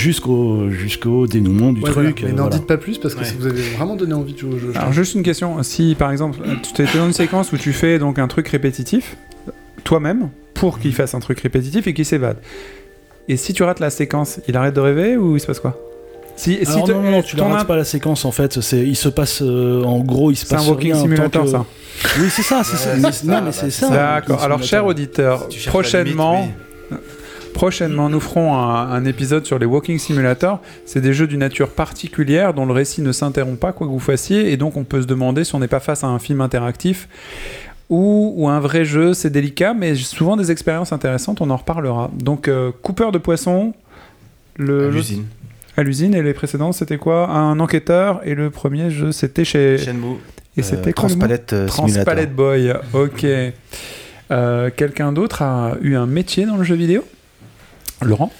jusqu'au jusqu'au dénouement du
Ouais, voilà.
truc.
Mais
euh,
n'en
voilà.
dites pas plus parce que ça vous avez vraiment donné envie de jouer au jeu. je
Alors juste une question, si par exemple tu t'es dans une séquence où tu fais donc un truc répétitif, toi-même, pour qu'il fasse un truc répétitif et qu'il s'évade, et si tu rates la séquence, il arrête de rêver ou il se passe quoi si, si
Alors
te- euh,
non, non, non, tu ne
ton
rates
in-
pas la séquence en fait. C'est, il se passe euh, en gros, il se
C'est
passe
un walking
rien en tant
simulator,
que-
ça.
Oui, c'est ça, Ah, c'est
Euh,
ça.
Ouais,
Mais-
c'est
non,
ça,
mais
bah, c'est
c'est ça.
ça. D'accord. Alors, cher auditeur,
cherches la
prochainement, prochainement, nous ferons un, un épisode sur les Walking Simulator. C'est des jeux d'une nature particulière dont le récit ne s'interrompt pas, quoi que vous fassiez. Et donc, on peut se demander si on n'est pas face à un film interactif ou, ou un vrai jeu. C'est délicat, mais souvent des expériences intéressantes. On en reparlera. Donc, euh, coupeur de poissons. euh, Le,
À l'usine.
À l'usine. Et les précédents, c'était quoi Un enquêteur. Et le premier jeu, c'était chez. Et
Euh,
c'était quoi le nom
Transpalette, euh, Simulator.
Transpalette Boy, ok. Euh, Quelqu'un d'autre a eu un métier dans le jeu vidéo Laurent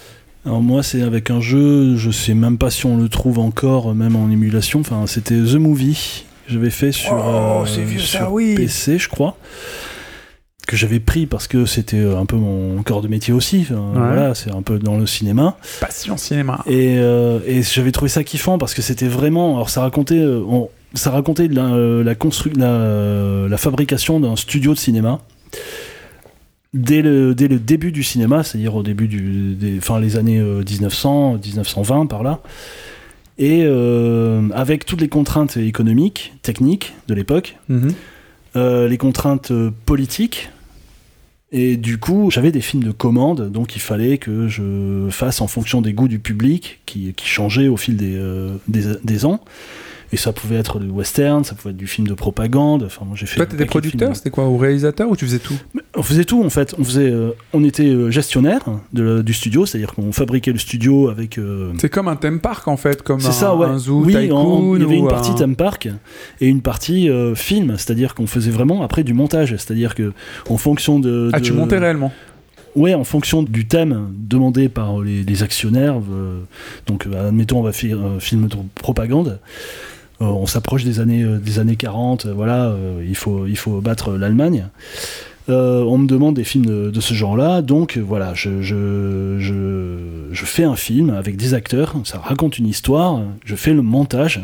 Alors moi, c'est avec un jeu, je sais même pas si on le trouve encore, même en émulation. Enfin, c'était The Movie. que J'avais fait sur,
Oh,
euh,
c'est vieux, ça,
sur
oui.
PC, je crois, que j'avais pris parce que c'était un peu mon corps de métier aussi. Enfin, Voilà, c'est un peu dans le cinéma.
Passion cinéma.
Et, euh, et j'avais trouvé ça kiffant parce que c'était vraiment. Alors ça racontait, euh, on- ça racontait de la, euh, la, constru- la, euh, la fabrication d'un studio de cinéma. Dès le, dès le début du cinéma, c'est-à-dire au début du, des, fin, les années euh, 1900, 1920 par là, et euh, avec toutes les contraintes économiques, techniques de l'époque,
Mhm.
euh, les contraintes euh, politiques. Et du coup, j'avais des films de commande, donc il fallait que je fasse en fonction des goûts du public, qui, qui changeaient au fil des, euh, des, des ans. Et ça pouvait être du western, ça pouvait être du film de propagande. Enfin, moi, j'ai fait
Toi,
un
t'étais
paquet de
producteur,
films.
c'était quoi Ou réalisateur Ou tu faisais tout
On faisait tout en fait. On faisait, euh, on était euh, gestionnaire de la- du studio, c'est-à-dire qu'on fabriquait le studio avec. euh,
C'est comme un theme park en fait, comme un,
c'est ça, ouais.
un zoo
oui,
tycoon.
on- il y avait une
ou
partie
un-
theme park et une partie euh, film, c'est-à-dire qu'on faisait vraiment après du montage, c'est-à-dire que en fonction de,
Ah,
de-
tu montais réellement
Ouais, en fonction du thème demandé par les, les actionnaires, euh, donc euh, admettons on va faire un film de propagande. euh, on s'approche des années euh, des années 40, euh, voilà, euh, il faut il faut battre l'Allemagne. Euh, on me demande des films de, de ce genre-là, donc euh, voilà, je, je, je, je fais un film avec des acteurs, ça raconte une histoire, je fais le montage,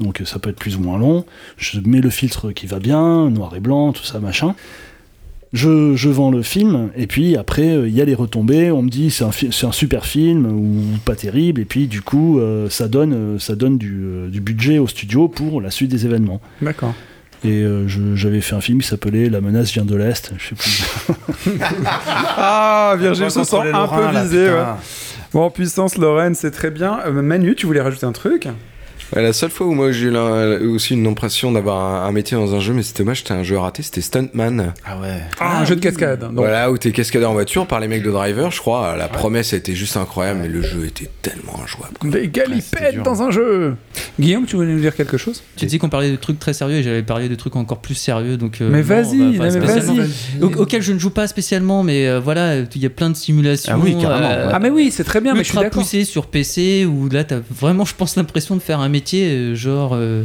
donc euh, ça peut être plus ou moins long, je mets le filtre qui va bien, noir et blanc, tout ça, machin. Je, je vends le film, et puis après, euh, il y a les retombées, on me dit c'est un, fi- c'est un super film, ou pas terrible, et puis du coup, euh, ça donne, euh, ça donne du, euh, du budget au studio pour la suite des événements.
D'accord.
Et euh, je- j'avais fait un film qui s'appelait La menace vient de l'Est, je sais plus.
Ah, Virgile
On
se
va
sent
contrôler
un
Lorrain,
peu
là,
visé.
putain.
ouais. Bon, puissance Lorraine, c'est très bien. Euh, Manu, tu voulais rajouter un truc
Ouais, la seule fois où moi j'ai eu la- aussi une impression d'avoir un, un métier dans un jeu, mais c'est dommage, c'était un jeu raté, c'était Stuntman.
Ah ouais.
Ah, un jeu de cascade. donc.
Voilà, où t'es cascadeur en voiture par les mecs de driver, je crois. La promesse était juste incroyable, mais le jeu était tellement injouable.
Des galipettes dans un jeu Guillaume, tu voulais nous dire quelque chose
Tu dis qu'on parlait de trucs très sérieux et j'avais parlé de trucs encore plus sérieux. Donc, euh,
Mais
non,
vas-y,
on va pas
bah,
mais
spécialement-
vas-y.
Au- Auquel je ne joue pas spécialement, mais euh, voilà, il y a plein de simulations. euh,
Ah oui, carrément, ouais. Ah mais oui, c'est très bien, mais je suis
ultra
d'accord.
poussé sur PC où là, t'as vraiment, je pense, l'impression de faire un métier euh, genre euh,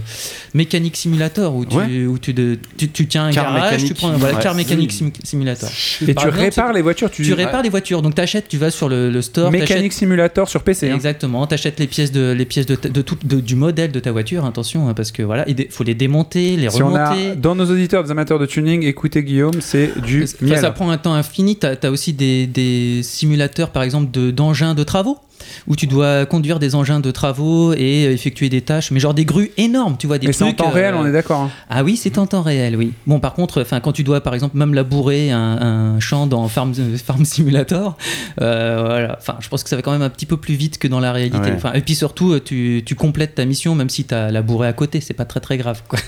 mécanique simulator où tu,
Ouais.
où tu, de- tu, tu tiens un
Car
garage, tu
mécanique.
prends un voilà,
Ouais.
car mécanique
Oui.
sim- simulator.
Et
Par
tu
exemple,
répares les voitures, tu
tu répares les voitures, donc t'achètes, tu vas sur le, le store.
Mécanique simulator sur PC. hein.
Exactement, t'achètes les pièces de les pièces de, ta- de tout de- du modèle de ta voiture, attention hein, parce que voilà, il dé- faut les démonter, les
Si on a
remonter.
dans nos auditeurs des amateurs de tuning, écoutez Guillaume, c'est du
Enfin,
miel.
ça prend un temps infini. T'as as aussi des, des simulateurs, par exemple, de- d'engins de, travaux, où tu dois conduire des engins de travaux et euh, effectuer des tâches, mais genre des grues énormes, tu vois, des
Mais c'est
trucs.
en temps
euh,
réel, on est d'accord. hein.
Ah oui, c'est en temps réel, oui. Bon, par contre, enfin, quand tu dois, par exemple, même labourer un, un champ dans Farm, euh, Farm Simulator, euh, voilà. Enfin, je pense que ça va quand même un petit peu plus vite que dans la réalité.
Ouais.
Enfin, et puis surtout, euh, tu, tu complètes ta mission, même si t'as labouré à côté, c'est pas très très grave, quoi.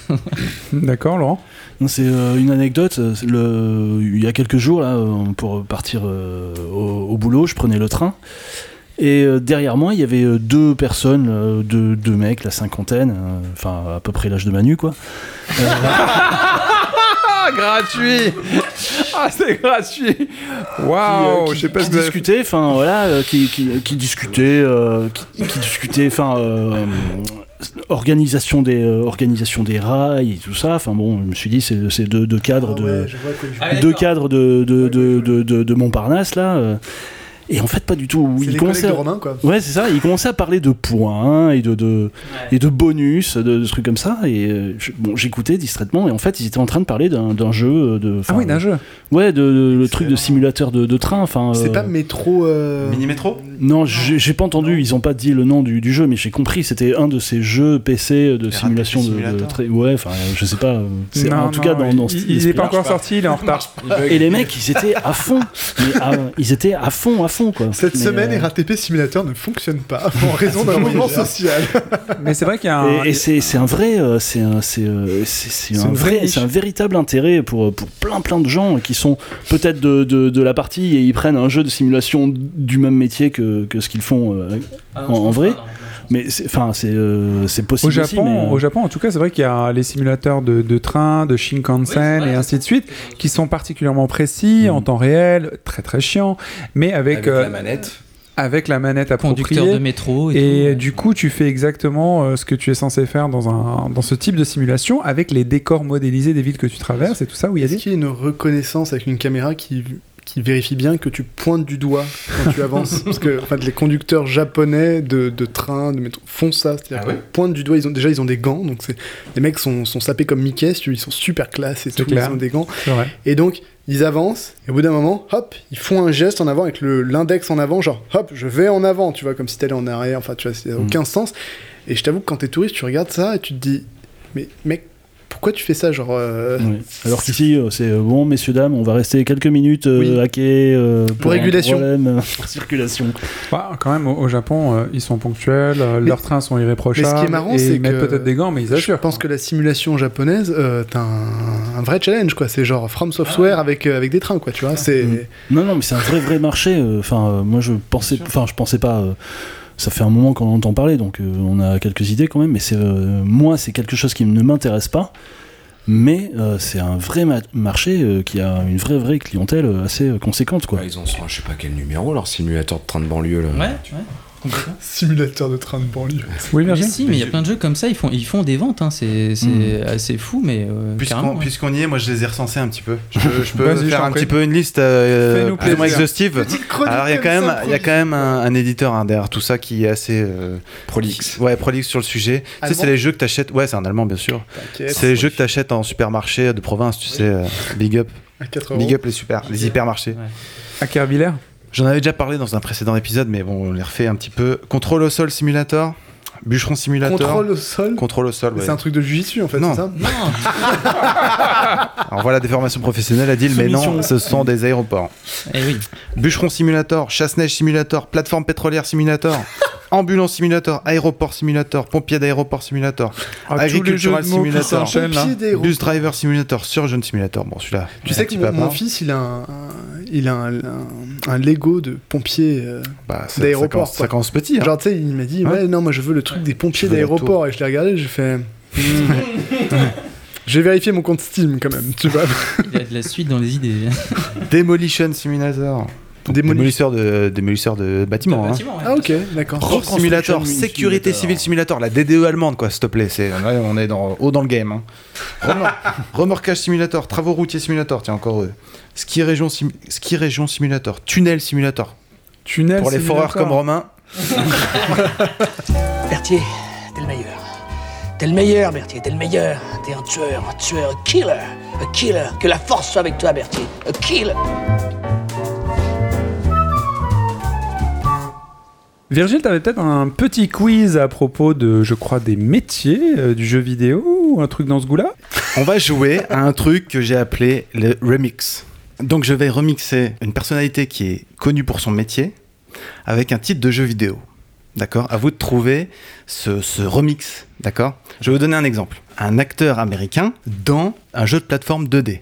D'accord, Laurent
Non, C'est euh, une anecdote. euh, c'est le- Il y a quelques jours, là, euh, pour partir euh, au, au boulot, je prenais le train. Et euh, derrière moi, il y avait euh, deux personnes, euh, deux, deux mecs, la cinquantaine, euh, enfin à peu près l'âge de Manu, quoi.
Ah, gratuit Ah, c'est gratuit euh, Waouh, Oh, je sais pas
qui
ce que vous avez fait.
discutaient, enfin voilà, euh, qui, qui, qui discutaient, euh, qui, qui discutaient, enfin euh, organisation des euh, organisation des rails et tout ça. Enfin bon, je me suis dit c'est c'est deux, deux cadres
Ah
de
Ah
vois à quoi il joue.
deux cadres de de, de, de, de- de Montparnasse là. euh, Et en fait, pas du Euh, tout.
C'est
Il
les
commençait
collègues
à-
de Romain, quoi.
Ouais, c'est ça. Il commençait à parler de points et de, de, et de bonus, de, de trucs comme ça. Et euh, je- bon, j'écoutais distraitement. Et en fait, ils étaient en train de parler d'un d'un jeu. euh, De, ah oui, d'un
jeu.
Ouais, de, de- le truc de simulateur de, de train. Enfin,
C'est
euh,
pas métro. euh,
Mini-métro
Non, j'ai j'ai pas entendu. Ils ont pas dit le nom du, du jeu, mais j'ai compris. C'était un de ces jeux PC de simulation de- de,
Simulator.
train. Ouais, enfin, euh, je sais pas. euh, c'est-
Non,
en tout
non,
cas, dans, dans
il-
cet
il est
esprit-là.
pas encore sorti, il est en retard.
Et les mecs, ils étaient à fond. Mais à- ils étaient à fond, à fond quoi.
Cette
Mais,
semaine,
euh, Ah,
RATP Simulator ne fonctionne pas en raison d'un mouvement social.
Mais c'est vrai qu'il y a
Et, et c'est c'est un vrai, euh, c'est un, c'est, euh, c'est- c'est
Ah, C'est
un
une vraie
vrai,
niche.
c'est un véritable intérêt pour pour plein plein de gens qui sont peut-être de, de, de la partie et ils prennent un jeu de simulation du même métier que, que ce qu'ils font euh,
Ah non,
en,
je
en
pense
vrai.
pas, non,
mais c'est- enfin c'est euh, c'est
Au
possible
Japon,
aussi. Mais, euh,
au Japon, en tout cas, c'est vrai qu'il y a les simulateurs de, de train, de Shinkansen et ainsi de suite, qui sont particulièrement précis
Mm.
en temps réel, très très chiant, mais avec,
Avec la
euh,
manette.
avec la manette appropriée.
Conducteur de métro et,
Et du coup, tu fais exactement euh, ce que tu es censé faire dans, un, dans ce type de simulation, avec les décors modélisés des villes que tu traverses et tout ça, où il y a
Est-ce
des...
qu'il y a une reconnaissance avec une caméra qui, qui vérifie bien que tu pointes du doigt quand tu avances Parce que en fait, les conducteurs japonais de, de train, de métro, font ça. C'est-à-dire
Ah
qu'on
ouais
pointe du doigt, ils ont, déjà ils ont des gants, donc c'est- les mecs sont, sont sapés comme Mickey, si tu veux, ils sont super classe et
C'est
tout,
clair.
ils ont des gants.
C'est vrai.
Et donc, ils avancent, et au bout d'un moment, hop, ils font un geste en avant avec le- l'index en avant, genre, hop, je vais en avant, tu vois, comme si t'allais en arrière, enfin, tu vois, ça n'a
Mm.
aucun sens. Et je t'avoue que quand t'es touriste, tu regardes ça et tu te dis, mais mec, pourquoi tu fais ça, genre... euh,
Mm.
ouais. Alors qu'ici euh, c'est euh, bon messieurs dames, on va rester quelques minutes euh,
Oui.
à quai euh, pour un
régulation.
problème, euh, pour circulation.
Bah, quand même, au, au Japon, euh, ils sont ponctuels, euh, leurs trains sont irréprochables,
Mais ce qui est marrant,
et
c'est
ils mettent
que-
peut-être des gants, mais ils
Je
assurent.
pense que la simulation japonaise, euh, t'as un, un vrai challenge, quoi. C'est genre From
Ah.
Software avec, euh, avec des trains, quoi, tu vois. C'est...
Mm.
Non, non, mais c'est un vrai, vrai marché. euh, Enfin, euh, moi, je pensais, enfin, je pensais pas. euh, ça fait un moment qu'on en entend parler, donc euh, on a quelques idées quand même. Mais c'est euh, moi, c'est quelque chose qui ne m'intéresse pas. Mais euh, c'est un vrai ma- marché euh, qui a une vraie, vraie clientèle euh, assez euh, conséquente, quoi.
Ah, ils ont sur un- je sais pas quel numéro leur simulateur de train de banlieue là.
Ouais, ouais, complètement.
Simulateur de train de banlieue.
Oui,
Mais
Virgile
si, mais il y a plein de jeux comme ça, ils font, ils font des ventes, hein, c'est c'est assez fou, mais euh,
Puisqu'on
carrément, ouais.
puisqu'on y est, moi je les ai recensés un petit peu. Je, je peux
Vas-y, je
faire
t'en
un
prie.
petit peu une liste euh,
Fais-nous
plus ou moins
plaisir.
exhaustive.
Petite chronique
Alors il y a
comme ça,
quand même, il y a
prolifique.
quand même un, un éditeur hein, derrière tout ça qui est assez euh,
Prolix.
ouais prolixe sur le sujet. Tu sais, c'est
Allemand
les jeux que t'achètes. Ouais, c'est un allemand bien sûr.
T'inquiète.
C'est les jeux que t'achètes en supermarché de province. Tu sais, euh, big up,
À 4 euros.
big up les super, les hypermarchés.
À Kerviller
J'en avais déjà parlé dans un précédent épisode, mais bon, on les refait un petit peu. Contrôle au sol simulator, bûcheron simulator.
Contrôle au sol.
Contrôle au sol. ouais.
C'est un truc de jujitsu, en fait,
Non.
c'est ça
Alors voilà des formations professionnelles à deal, mais non, ce sont des aéroports.
Eh oui.
Bûcheron Simulator, Chasse-Neige Simulator, Plateforme Pétrolière Simulator, Ambulance Simulator, Aéroport Simulator, Pompier d'Aéroport Simulator,
Ah, tous les jeux de
Agricultural
mots qui
Simulator,
s'enchaînent. Chaîne, là.
Pompier d'aéro-
Bus Driver Simulator, Surgeon Simulator. Bon, celui-là.
Tu sais que mon, mon fils, il a un, un- il a un, un- un Lego de pompier euh,
d'aéroport.
d'aéroport,
Bah, Ça,
quoi.
commence petit. hein.
Genre, tu sais, il m'a dit, ouais,
Ouais.
non, moi je veux le truc des pompiers
Je veux la
d'aéroport. Et je l'ai regardé, j'ai fait. hmm. J'ai vérifié mon compte Steam quand même, tu vois.
Il y a de la suite dans les idées.
Demolition Simulator.
Démoli-
Démolisseur de, démolisseur de bâtiments. hein.
Bâtiment, ouais.
Ah, ok, d'accord.
Prof Simulator,
Reconstruction
Sécurité
Simulator.
Civile Simulator, la DDE allemande, quoi, s'il te plaît. C'est, ouais, on est dans, haut dans le game. hein. Remor- Remorquage Simulator, Travaux Routiers Simulator, tiens, encore eux. Ski Région, Sim- Ski Région Simulator, Tunnel Simulator.
Tunnel
Pour les
simulator.
foreurs comme Romain,
Berthier, t'es le meilleur. T'es le meilleur, Berthier, t'es le meilleur. T'es un tueur, un tueur, un killer, un killer. Que la force soit avec toi, Berthier, un killer.
Virgile, t'avais peut-être un petit quiz à propos de, je crois, des métiers euh, du jeu vidéo ou un truc dans ce goût-là
on va jouer à un truc que j'ai appelé le remix. Donc je vais remixer une personnalité qui est connue pour son métier avec un titre de jeu vidéo. D'accord À vous de trouver ce, ce remix. D'accord Je vais vous donner un exemple. Un acteur américain dans un jeu de plateforme 2D.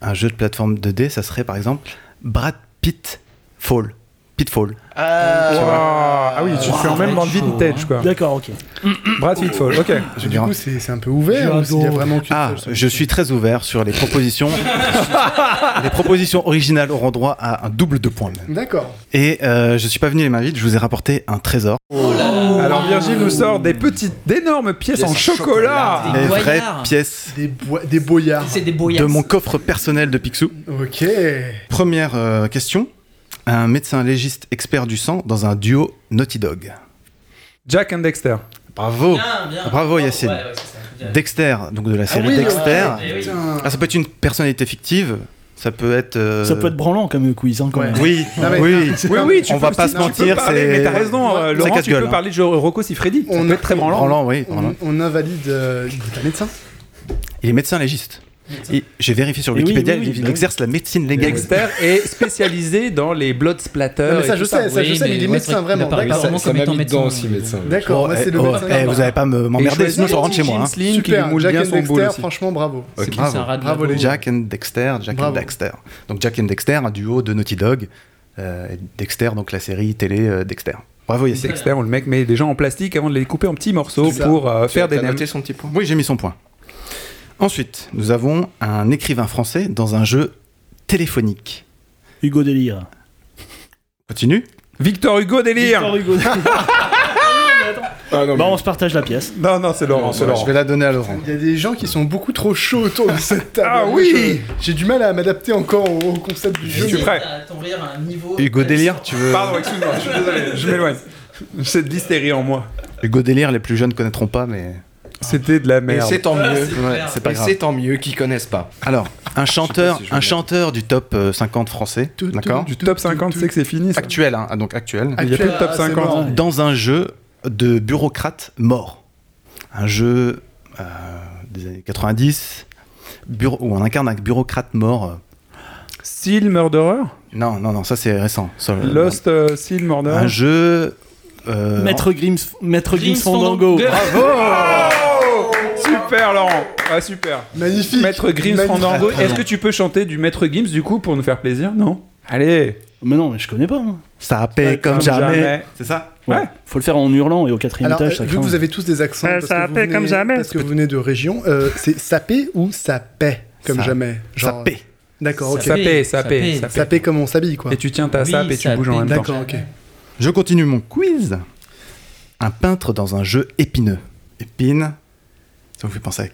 Un jeu de plateforme 2D, ça serait par exemple Brad Pitt Fall. Pitfall.
Ah oui, tu fais en même dans le vintage, quoi.
D'accord, ok.
Brad Pitfall, ok.
Je
Du
dirais-
coup, c'est c'est un peu ouvert.
J'ai
ou s'il y a
adoré.
vraiment qu'une
Ah,
seule
je suis très ouvert sur les propositions. les propositions originales auront droit à un double de points. même.
D'accord.
Et euh, je suis pas venu les mains vides, je vous ai rapporté un trésor.
Alors Virgile nous sort des petites, d'énormes pièces en chocolat.
Les
Boyard.
vraies pièces
Des, boi- des boyards.
Oh,
C'est des
de
bouillards.
mon coffre personnel de Picsou.
Ok.
Première euh, question. un médecin légiste expert du sang dans un duo Naughty Dog.
Jack and Dexter.
Bravo.
bien.
Bravo Yacine. Dexter, donc de la
Ah
série
Ah oui,
Dexter.
Eh
ouais, putain.
Ah, ça peut être une personnalité fictive. Ça peut être. euh,
Ça peut être branlant comme quiz. Hein, quand même.
Oui, oui,
Oui, oui, tu
on
peux
va pas
aussi-
se
non, tu peux
mentir,
parler,
c'est.
Mais t'as raison, euh,
c'est
Laurent, tu
casse-gueule,
peux
hein.
parler de Rocco Siffredi. Ça peut être très branlant.
Branlant, oui, branlant.
on, on invalide. euh, il est pas médecin
Il est médecin légiste. Et J'ai vérifié sur
Et oui,
Wikipédia,
oui, oui,
il
bah oui.
exerce la médecine légale.
Dexter est spécialisé dans les blood splatters.
Non, mais ça, je sais, ça, je sais, mais il est médecin Oh, vraiment, d'accord. Ça- ça m'habite dedans aussi, médecin. D'accord, moi, c'est le médecin.
eh, vous allez pas me- m'emmerder, sinon je rentre chez moi. hein.
Super, Jack and Dexter, franchement, bravo.
Ok, bravo.
Bravo les gens.
Jack and Dexter, Jack
Bravo.
and Dexter. Donc Jack and Dexter, un duo de Naughty Dog, euh, et Dexter, donc la série télé euh, Dexter. Bravo Yacine.
Dexter, on le mec met des gens en plastique avant de les couper en petits morceaux
C'est ça.
pour euh,
Tu
faire
as-
des
t'as
nems.
noté son petit point Oui, j'ai mis son point. Ensuite, nous avons un écrivain français dans un jeu téléphonique.
Hugo Délire.
Continue.
Victor Hugo Délire.
Victor Hugo Délire.
Bah,
on se partage la pièce.
Non, non, c'est Laurent. c'est Laurent.
Je vais la donner à Laurent.
Il y a des gens qui sont beaucoup trop chauds autour de cette table.
Ah
Moi,
oui
je- J'ai du mal à m'adapter encore au, au concept du jeu.
suis prêt.
Hugo Délire, tu veux.
Pardon, excuse-moi, je suis désolé, je m'éloigne. C'est de l'hystérie en moi.
Hugo Délire, les plus jeunes connaîtront pas, mais.
C'était de la
merde.
Et c'est tant
Ah,
mieux.
c'est clair.
Ouais, C'est pas
Et
grave.
c'est
tant mieux qu'ils connaissent pas.
Alors, un chanteur, un chanteur du top euh, 50 français, d'accord
Du top 50, c'est que c'est fini. ça.
Actuel, hein, donc actuel.
Il y a Actuel, plus de top ah, c'est 50. mort.
Dans un jeu de bureaucrate mort. Un jeu euh, des années 90, bureau- où on incarne un bureaucrate mort.
Seal Murderer
Non, non, non, ça c'est récent. Ça, euh,
Lost euh, Seal Murderer.
Un jeu. euh,
Maître Grims, Maître Grims
Grims
Fandango.
Fandango.
Bravo
Oh Super Laurent, ah super.
Magnifique.
Maître Grims
Magnifique.
Fandango.
Très, très
Est-ce
bon.
que tu peux chanter du Maître Grims du coup pour nous faire plaisir Non Allez.
Mais non, mais je connais pas. moi.
Ça paie
comme jamais.
C'est ça
Ouais. Faut le faire en hurlant et au quatrième
Alors, euh,
étage. ça
vu que
craint.
vous avez tous des accents,
Ouais,
parce,
ça
que vous
paie
venez,
comme jamais.
parce que vous venez de région, euh, c'est sapé ou sapé comme
Ça-
jamais
ça paie.
D'accord, ok.
Ça paie, ça paie, ça paie.
Ça paie comme on s'habille, quoi.
Et tu tiens ta sape et tu bouges en même temps.
D'accord, ok.
Je continue mon quiz. Un peintre dans un jeu épineux. Épine. Ça vous fait penser à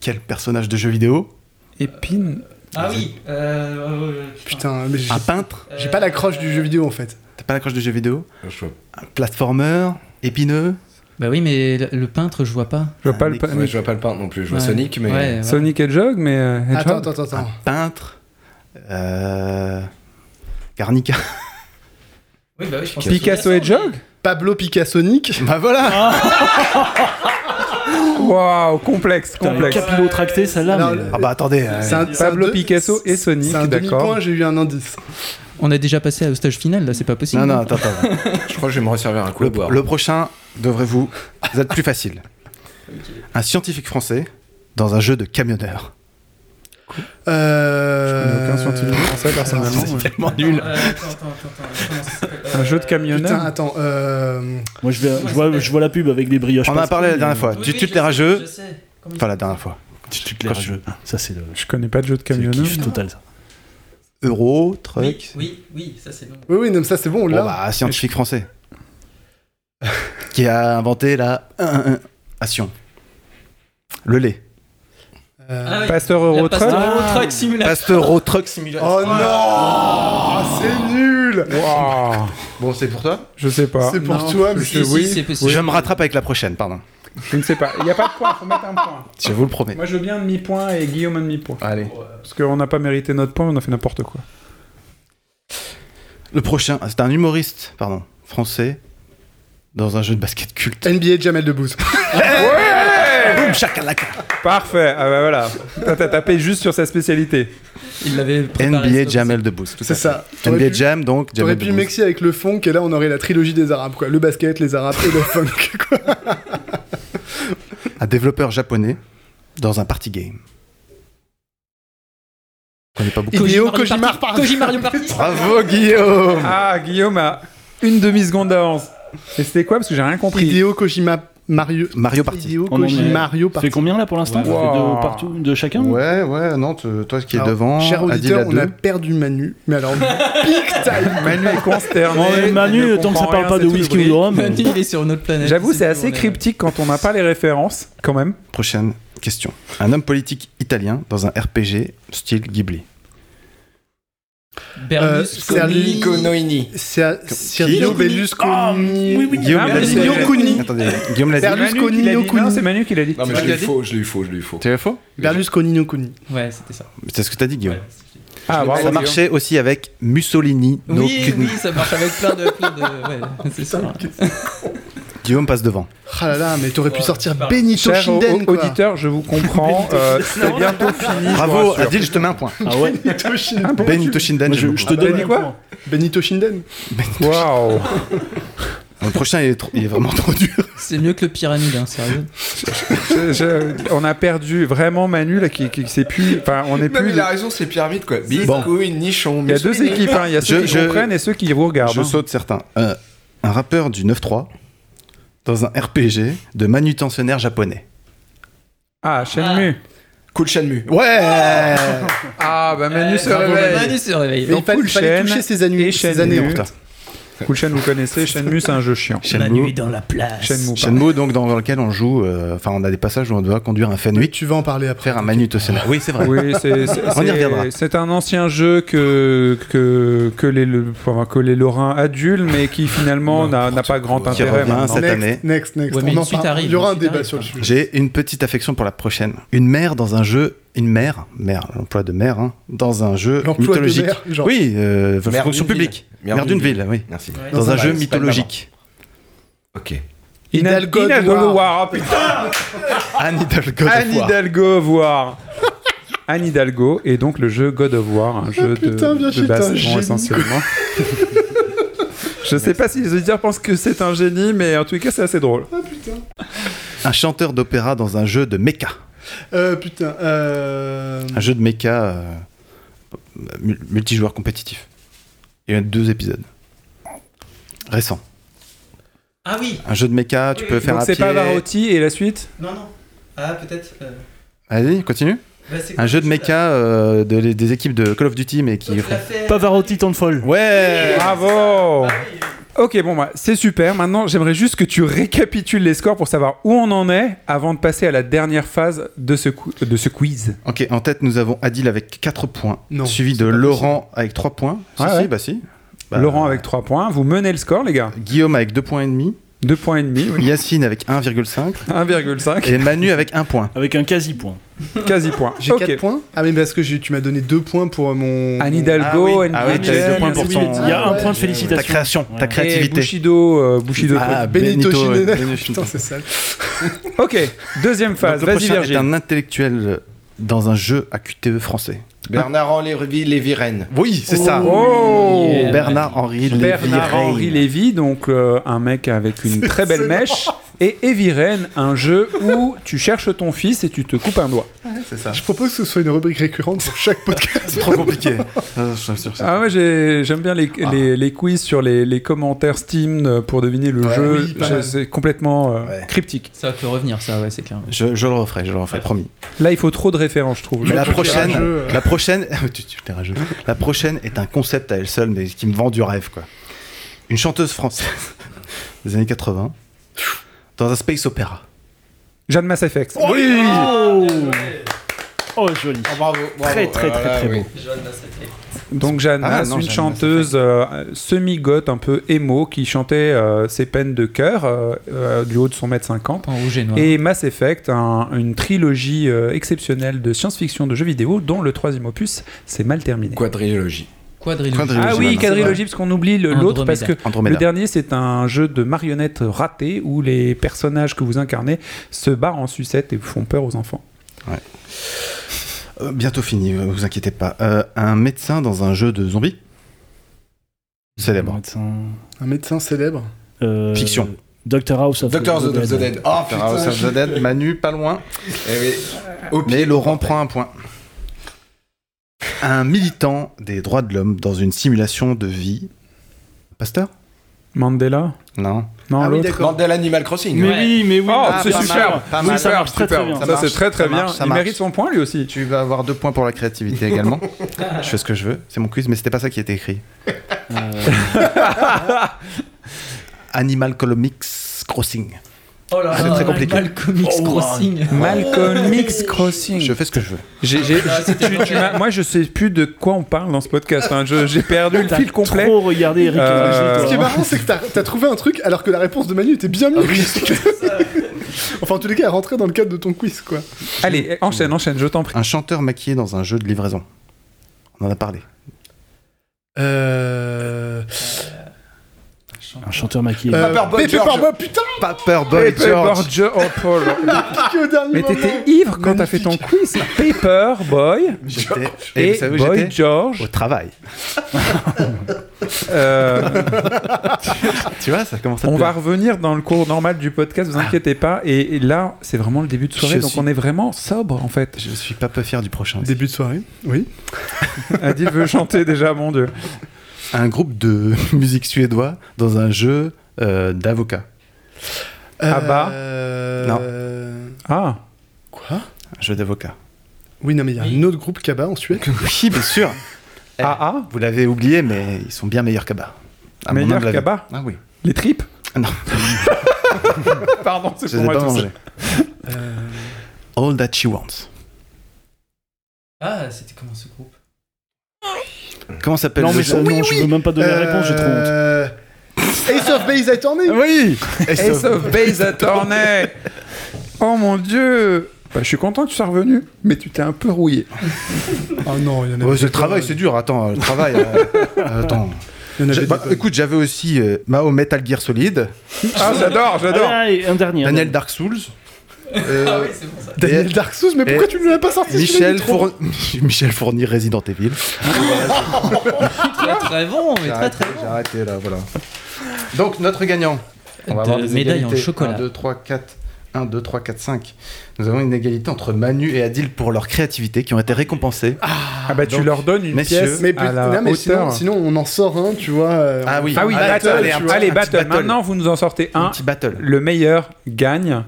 quel personnage de jeu vidéo
Épine.
Ah oui. euh,
Putain, mais j'ai-
Un
Ah,
peintre
Euh.
J'ai pas l'accroche du jeu vidéo en fait.
T'as pas l'accroche de jeu vidéo Un platformer épineux
Bah oui, mais le, le peintre, je vois pas.
Je vois pas le
écran.
peintre.
Ouais, je vois pas le peintre non plus. Je vois
Ouais.
Sonic, mais.
Ouais, ouais.
Sonic Hedgehog, mais. euh, Hedgehog
Attends, attends, attends.
Peintre euh, Garnica.
Oui, bah oui, je pense que-
Picasso Hedgehog
Pablo Picassonic.
Bah
Ah,
voilà
Waouh, complexe,
Putain,
complexe.
capillot tracté, celle-là.
Alors,
mais-
Ah bah attendez. euh,
C'est un- c'est un
Pablo
deux-
Picasso et Sonic,
C'est un
d'accord.
demi-point, j'ai eu un indice.
On est déjà passé au stage final, là, c'est pas possible.
Non, non, attends, attends.
Je crois que je vais me resservir un coup
Le,
à boire.
le prochain, devrez-vous, vous êtes plus facile. Un scientifique français dans un jeu de camionneur.
Euh...
aucun scientifique français, personnellement.
c'est-
Tellement nul.
Euh, attends, attends, attends, attends.
Un jeu de
Putain,
camionneur
attends. Euh...
Moi, je, vais- je vois, je vois la pub avec des brioches.
On en a
pastes.
parlé la dernière fois.
Euh, Oui,
Tu
oui,
tu
je
te les
sais,
rageux.
je sais. Comment il
Enfin, la dernière fois.
Tu te les rageux. Ah, Ça, c'est le,
Je connais pas de jeu de
c'est le
camionneur.
kiff total. ça.
Euro, truc.
s'appelle Oui, oui, oui, ça c'est bon.
Oui, oui, non, mais ça c'est bon,
Bon,
là.
bah, scientifique français. qui a inventé la ation. Le lait.
Euh,
Ah oui,
Pasteur
la
Eurotruck
pasteur
Ah.
Eurotruck Simulator.
Pasteur au truck simulator.
Oh non C'est nul
Waouh.
Bon, c'est pour toi
Ah. Je sais pas.
C'est pour
Non,
toi,
si,
monsieur.
si,
oui.
c'est possible.
Je me rattrape avec la prochaine, pardon.
Je ne sais pas. Il n'y a pas de point, faut mettre un point.
Je vous le promets.
Moi je veux bien un demi-point et Guillaume un demi-point.
Allez.
Parce qu'on n'a pas mérité notre point, on a fait n'importe quoi.
Le prochain, c'est un humoriste, pardon, français, dans un jeu de basket culte.
NBA Jamel Debbouze.
Boum, chakalaka.
Parfait, ah bah voilà. T'as- T'as tapé juste sur sa spécialité.
Il l'avait préparé.
NBA
ça,
Jamel de Boost.
C'est ça. T'aurais
NBA
pu-
Jam, donc
T'aurais
Jamel
pu
de Boost.
mixer avec le funk et là on aurait la trilogie des Arabes quoi, le basket, les Arabes et le funk quoi.
Un développeur japonais dans un party game. Je connais pas beaucoup.
Koji
Hideo
Mario
Kojima
Party.
Party.
Koji Mario Party.
Bravo Guillaume
Ah, Guillaume a une demi-seconde d'avance. Et c'était quoi Parce que j'ai rien compris.
Hideo Kojima Mario.
Mario Party.
Hideo
On en est-
Kojima Mario
Ça fait
Party.
combien là pour l'instant
Ouais.
Ça fait
Wow.
deux partout, de chacun
Ouais, ouais, non, te- toi qui es
Alors,
devant,
Cher
Adil à
auditeur, on a
deux.
perdu Manu, mais alors big time.
Manu est
Bon, mais
consterné. il ne
Manu, tant que ça
comprend
parle
rien,
pas de
c'est tout
whisky
le
ou de
bruit.
rhum.
Manu, il est sur notre planète.
J'avoue,
je sais
c'est
plus où
assez
on est.
cryptique quand on n'a pas les références, quand même.
Prochaine question. Un homme politique italien dans un RPG style Ghibli.
Euh,
Euh,
Bernus Comi-
Sergio
Guillaume Couni.
Berlusconi.
oui, oui.
Guillaume
Ah, mais
Berlusconi.
c'est Guillaume Couni.
Attendez, Guillaume l'a dit.
Berlusconi, no Couni.
C'est Manu qui l'a dit.
Non, mais je
Tu
l'ai
l'as
eu
dit
faux, je l'ai eu faux, je l'ai eu faux.
T'es faux
Berlusconi, no Couni.
Ouais, c'était ça.
C'est ce que t'as dit, Guillaume.
Ah, bravo,
ça
Guillaume.
marchait aussi avec Mussolini. no
Oui,
Kuni.
oui, ça marche avec plein de. Plein de ouais, c'est ça.
Guillaume passe devant.
Ah là là, mais t'aurais
Oh,
pu sortir
pardon.
Benito
Cher au-
Shinden,
au-
quoi.
auditeur, je vous comprends. euh, C'est bientôt fini.
Bravo, Adil, je te mets un point. Ben
Ah ouais
Benito Shinden.
Benito Shinden,
Moi,
j'aime
je, je
beaucoup.
te donne
dit
un
quoi
point.
Benito Shinden.
Waouh.
Le prochain, il est, trop- il est vraiment trop dur.
C'est mieux que le pyramide, hein, sérieux.
Je- je- on a perdu vraiment Manu là qui, qui, qui sait plus. Enfin, on est
Non, mais
plus.
la raison, c'est pyramide quoi.
Bon.
Bitcoin, nichon,
Il y a deux équipes. hein. Il y a ceux
Je-
qui
je-
comprennent et ceux qui vous regardent.
Je
hein.
saute certains. Euh, un rappeur du 9-3 dans un RPG de manutentionnaire japonais.
Ah, Shenmue.
Cool Shenmue.
Ouais
Ah, bah Manu se
Bravo,
réveille.
Manu se réveille.
Mais il fallait,
cool,
fallait
Shen
toucher ses
et
années. Ses
Shen
années en
Yu.
retard.
Kulchen, vous connaissez. Shenmue, c'est un jeu chiant.
Shenmue,
dans la place.
Shenmue. pardon.
Shenmue donc dans lequel on joue, euh, enfin on a des passages où on doit conduire un Fenwick,
Tu vas en parler après.
faire un manutentionnaire. Oui, c'est vrai.
Oui, c'est- c'est-
On y
c'est-
reviendra.
C'est un ancien jeu que, que, que, les, le- enfin, que les Lorrains adulent, mais qui finalement n'a n'a pas grand
Qui
intérêt
revient,
maintenant.
cette
next,
année.
Next, next.
Ouais, mais
On en
une suite
parle.
arrive,
Il y aura un
une suite
débat
arrive,
sur le
quoi.
sujet.
J'ai une petite affection pour la prochaine. Une mère dans un jeu, une mère, mère, l'emploi de mère, hein, dans un jeu
L'emploi de
mythologique.
mère, genre.
Oui, euh,
Mère
fonction
d'une ville.
publique. Mère d'une ville, oui.
Merci.
Dans
Ça
un
va,
jeu
c'est pas
mythologique.
Ok.
Hidalgo de
Hidalgo de
Loire.
Loire, ah, putain.
Anne Hidalgo. de
Anne
Foix.
Hidalgo of War. Anne Hidalgo et donc le jeu God of War, un jeu
Ah, putain, bien
de,
sûr,
de
t'es un
baston
génie,
essentiellement. Je sais pas si les auditeurs pensent que c'est un génie, mais en tout cas c'est assez drôle.
Un chanteur d'opéra dans un jeu de méca.
Euh, putain. Euh...
Un jeu de méca euh, mul- multijoueur compétitif. Il y a eu deux épisodes. Récent.
Ah oui
Un jeu de méca, tu
Oui,
peux faire
donc
un
c'est
pied.
pas Varotti et la suite
Non, non. Ah, peut-être. euh,
Allez, continue.
bah, c'est quoi
Un jeu
ce
de méca euh, de les- des équipes de Call of Duty, mais qui.
Toi, tu l'as fait. euh,
Pavarotti Tentfall.
Ouais
Bravo Ok, bon, bah, c'est super. Maintenant, j'aimerais juste que tu récapitules les scores pour savoir où on en est avant de passer à la dernière phase de ce, cou- de ce quiz.
Ok, en tête, nous avons Adil avec 4 points.
Non,
suivi de Laurent avec 3 points. Si,
Ouais,
si,
ouais.
bah si. Bah,
Laurent avec 3 points. Vous menez le score, les gars.
Guillaume avec 2 points et demi.
2 points et demi, oui.
Yacine avec 1,5.
1,5.
Et Manu avec 1 point.
Avec un quasi-point.
Quasi point.
J'ai 4 points Ah, mais parce que j'ai- tu m'as donné 2 points pour euh, mon.
Anne Hidalgo,
Ah oui, ah oui,
NBL,
t'as eu deux points pour
ainsi de
ton-
suite.
Il y a un
ouais,
point de
Ta
félicitations.
création, ta
Ouais.
Et
créativité.
Bushido, euh, Bushido.
Ah,
Benito
Benito
Shinden.
Benito
Putain, c'est sale.
Ok, deuxième phase.
Donc, le
Vas-y,
prochain est
Virgile.
un intellectuel dans un jeu à QTE français.
Bernard Henri Léviren.
Oui, c'est ça.
Oh
Yeah.
Bernard-Henri Lévy.
Bernard-Henri Lévy, donc euh, un mec avec une très belle mèche. Et Eviren, un jeu où tu cherches ton fils et tu te coupes un doigt.
C'est ça.
Je propose que ce soit une rubrique récurrente pour chaque podcast.
C'est trop compliqué. Ah, je suis sûr que c'est- Ah.
Ah ouais, j'ai- j'aime bien les, les, les quiz sur les, les commentaires Steam euh, pour deviner le
Ouais,
jeu.
oui, pas
Je-
mal.
C'est complètement euh,
Ouais.
cryptique.
Ça peut revenir, ça, ouais, c'est clair.
je, je le referai, je le referai, promis.
Là, il faut trop de références, je trouve.
Mais la prochaine,
rageux, euh.
la prochaine, tu, tu t'es rageux. La prochaine est un concept à elle seule, mais qui me vend du rêve, quoi. Une chanteuse française des années 80 dans un space opéra.
Jeanne Mass Effect.
Oui.
Oh, oh joli.
bravo, bravo.
Très, très, très, très
bon.
Donc Jeanne
Ah,
Masse,
non,
une
Jeanne Masse,
chanteuse euh, semi-goth, un peu émo, qui chantait euh, ses peines de cœur euh, euh, du haut de son mètre 50.
En rouge et noir.
Et Mass Effect, un- une trilogie euh, exceptionnelle de science-fiction de jeux vidéo, dont le troisième opus s'est mal terminé.
Quadrilogie.
Quadrilogie.
Quadrilogie.
ah
c'est
oui,
vrai.
quadrilogie, parce qu'on oublie le- l'autre,
Andromeda.
parce que
Andromeda.
le dernier, c'est un jeu de marionnettes raté, où les personnages que vous incarnez se barrent en sucette et font peur aux enfants.
Euh, bientôt fini, euh, vous inquiétez pas. Euh, un médecin dans un jeu de zombies. Célèbre.
Un médecin célèbre.
Euh,
Fiction.
Doctor House of
Doctor of the Dead. Oh
Doctor House
putain.
of the Dead, Manu pas loin.
Eh oui. Au pire.
Mais Laurent prend un point. Un militant des droits de l'homme dans une simulation de vie. Pasteur
Mandela
Non. Ah,
Non,
Ah oui,
l'autre
d'accord.
Mandel Animal Crossing.
Mais
Ouais.
oui, mais oui.
Oh,
Ah,
c'est
mais-
pas
super
mal, pas
Oui,
mal.
ça marche
très,
super.
très bien.
Ça,
Ça
c'est
marche,
très très
ça
bien.
marche, ça
Il
marche.
mérite son point lui aussi.
Tu vas avoir deux points pour la créativité également. je fais ce que je veux. C'est mon quiz, mais c'était pas ça qui était écrit. Animal Colomix Crossing.
Oh là
C'est
là,
très compliqué.
Malcolm X
Oh,
Crossing.
wow.
Malcolm X Crossing.
Je Ah, fais ce que je veux.
J'ai- j'ai- tu- tu m'as- moi, je sais plus de quoi on parle dans ce podcast. hein. Je- J'ai perdu le
T'as
fil complet.
trop regardé Eric et
Euh,
Brigitte,
Ce qui est marrant, c'est que t'as t'as trouvé un truc alors que la réponse de Manu était bien
Ah
mieux. enfin, en tous les cas, elle rentrait dans le cadre de ton quiz, quoi.
Allez, enchaîne, enchaîne, je t'en prie.
Un chanteur maquillé dans un jeu de livraison. On en a parlé. Euh...
Un chanteur maquillé.
Euh, Paperboy
Pépé
George.
Barba, putain
Paperboy
Paper
George.
Boy George, oh, Paul.
Piqué au dernier
Mais
moment.
t'étais ivre quand t'as fait ton quiz. Paper Boy
J'étais- Et
et
vous savez où
Boy
j'étais
George.
Au travail.
Euh,
Tu vois, ça commence à te
on va
plaire.
revenir dans le cours normal du podcast, vous inquiétez pas. Et, et là, c'est vraiment le début de soirée,
Je
donc
suis-
on est vraiment sobre en fait.
Je suis pas peu fier du prochain.
Début de soirée, oui.
Adil veut chanter déjà, mon dieu.
Un groupe de musique suédois dans un jeu euh, d'avocat.
Euh,
Abba
Non.
Ah,
Quoi
Un jeu d'avocat.
Oui, non, mais il y a un autre groupe Kaba en Suède.
Oui, bien sûr. Eh,
ah, ah,
Vous l'avez oublié, mais ils sont bien meilleurs qu'Abba. À mon
Meilleurs
humble avis.
qu'Abba
Ah oui.
les tripes
Non.
Pardon, c'est
Je
pour
les ai
moi
pas
tout ça.
mangés.
Euh,
All That She Wants.
Ah, c'était comment ce groupe
Comment s'appelle
Non,
le
mais
jeu
ça, non, je veux même pas donner la réponse, j'ai trop
Euh,
honte.
Euh,
honte. Ace of Base Attorney
Oui
Ah Ace of Base Attorney Oh mon dieu Bah, Je suis content que tu sois revenu, mais tu t'es un peu rouillé.
Ah non, il y en
Ouais,
avait
c'est le
pas,
travail,
euh,
c'est dur. Attends, euh, le travail. euh, euh, attends.
Il y en avait
J'ai- bah,
des bonnes.
écoute, j'avais aussi euh, Mao Metal Gear Solid,
Ah, j'adore, j'adore
Allez, un dernier. un
Daniel
dernier.
Dark Souls,
Ah
euh,
Daniel Dark Souls, mais pourquoi
et-
tu ne l'as pas sorti celui-là, il est
Michel,
trop
Four- Michel Fournier Resident Evil.
Très très bon, mais très très
J'ai arrêté là, voilà. Donc, notre gagnant.
De médaille en chocolat.
1, 2, 3, 4. 1, 2, 3, 4, 5. Nous avons une égalité entre Manu et Adil pour leur créativité qui ont été récompensées.
Ah bah tu
Donc,
leur donnes une
messieurs,
pièce
Mais,
à
peut-
la
non, mais sinon,
hauteur.
sinon, on en sort un, tu vois. euh,
Ah oui.
ah oui,
Allez,
battle,
allez,
allez,
un- un petit
battle.
battle.
Maintenant, vous nous en sortez
Un
un.
petit battle.
Le meilleur gagne.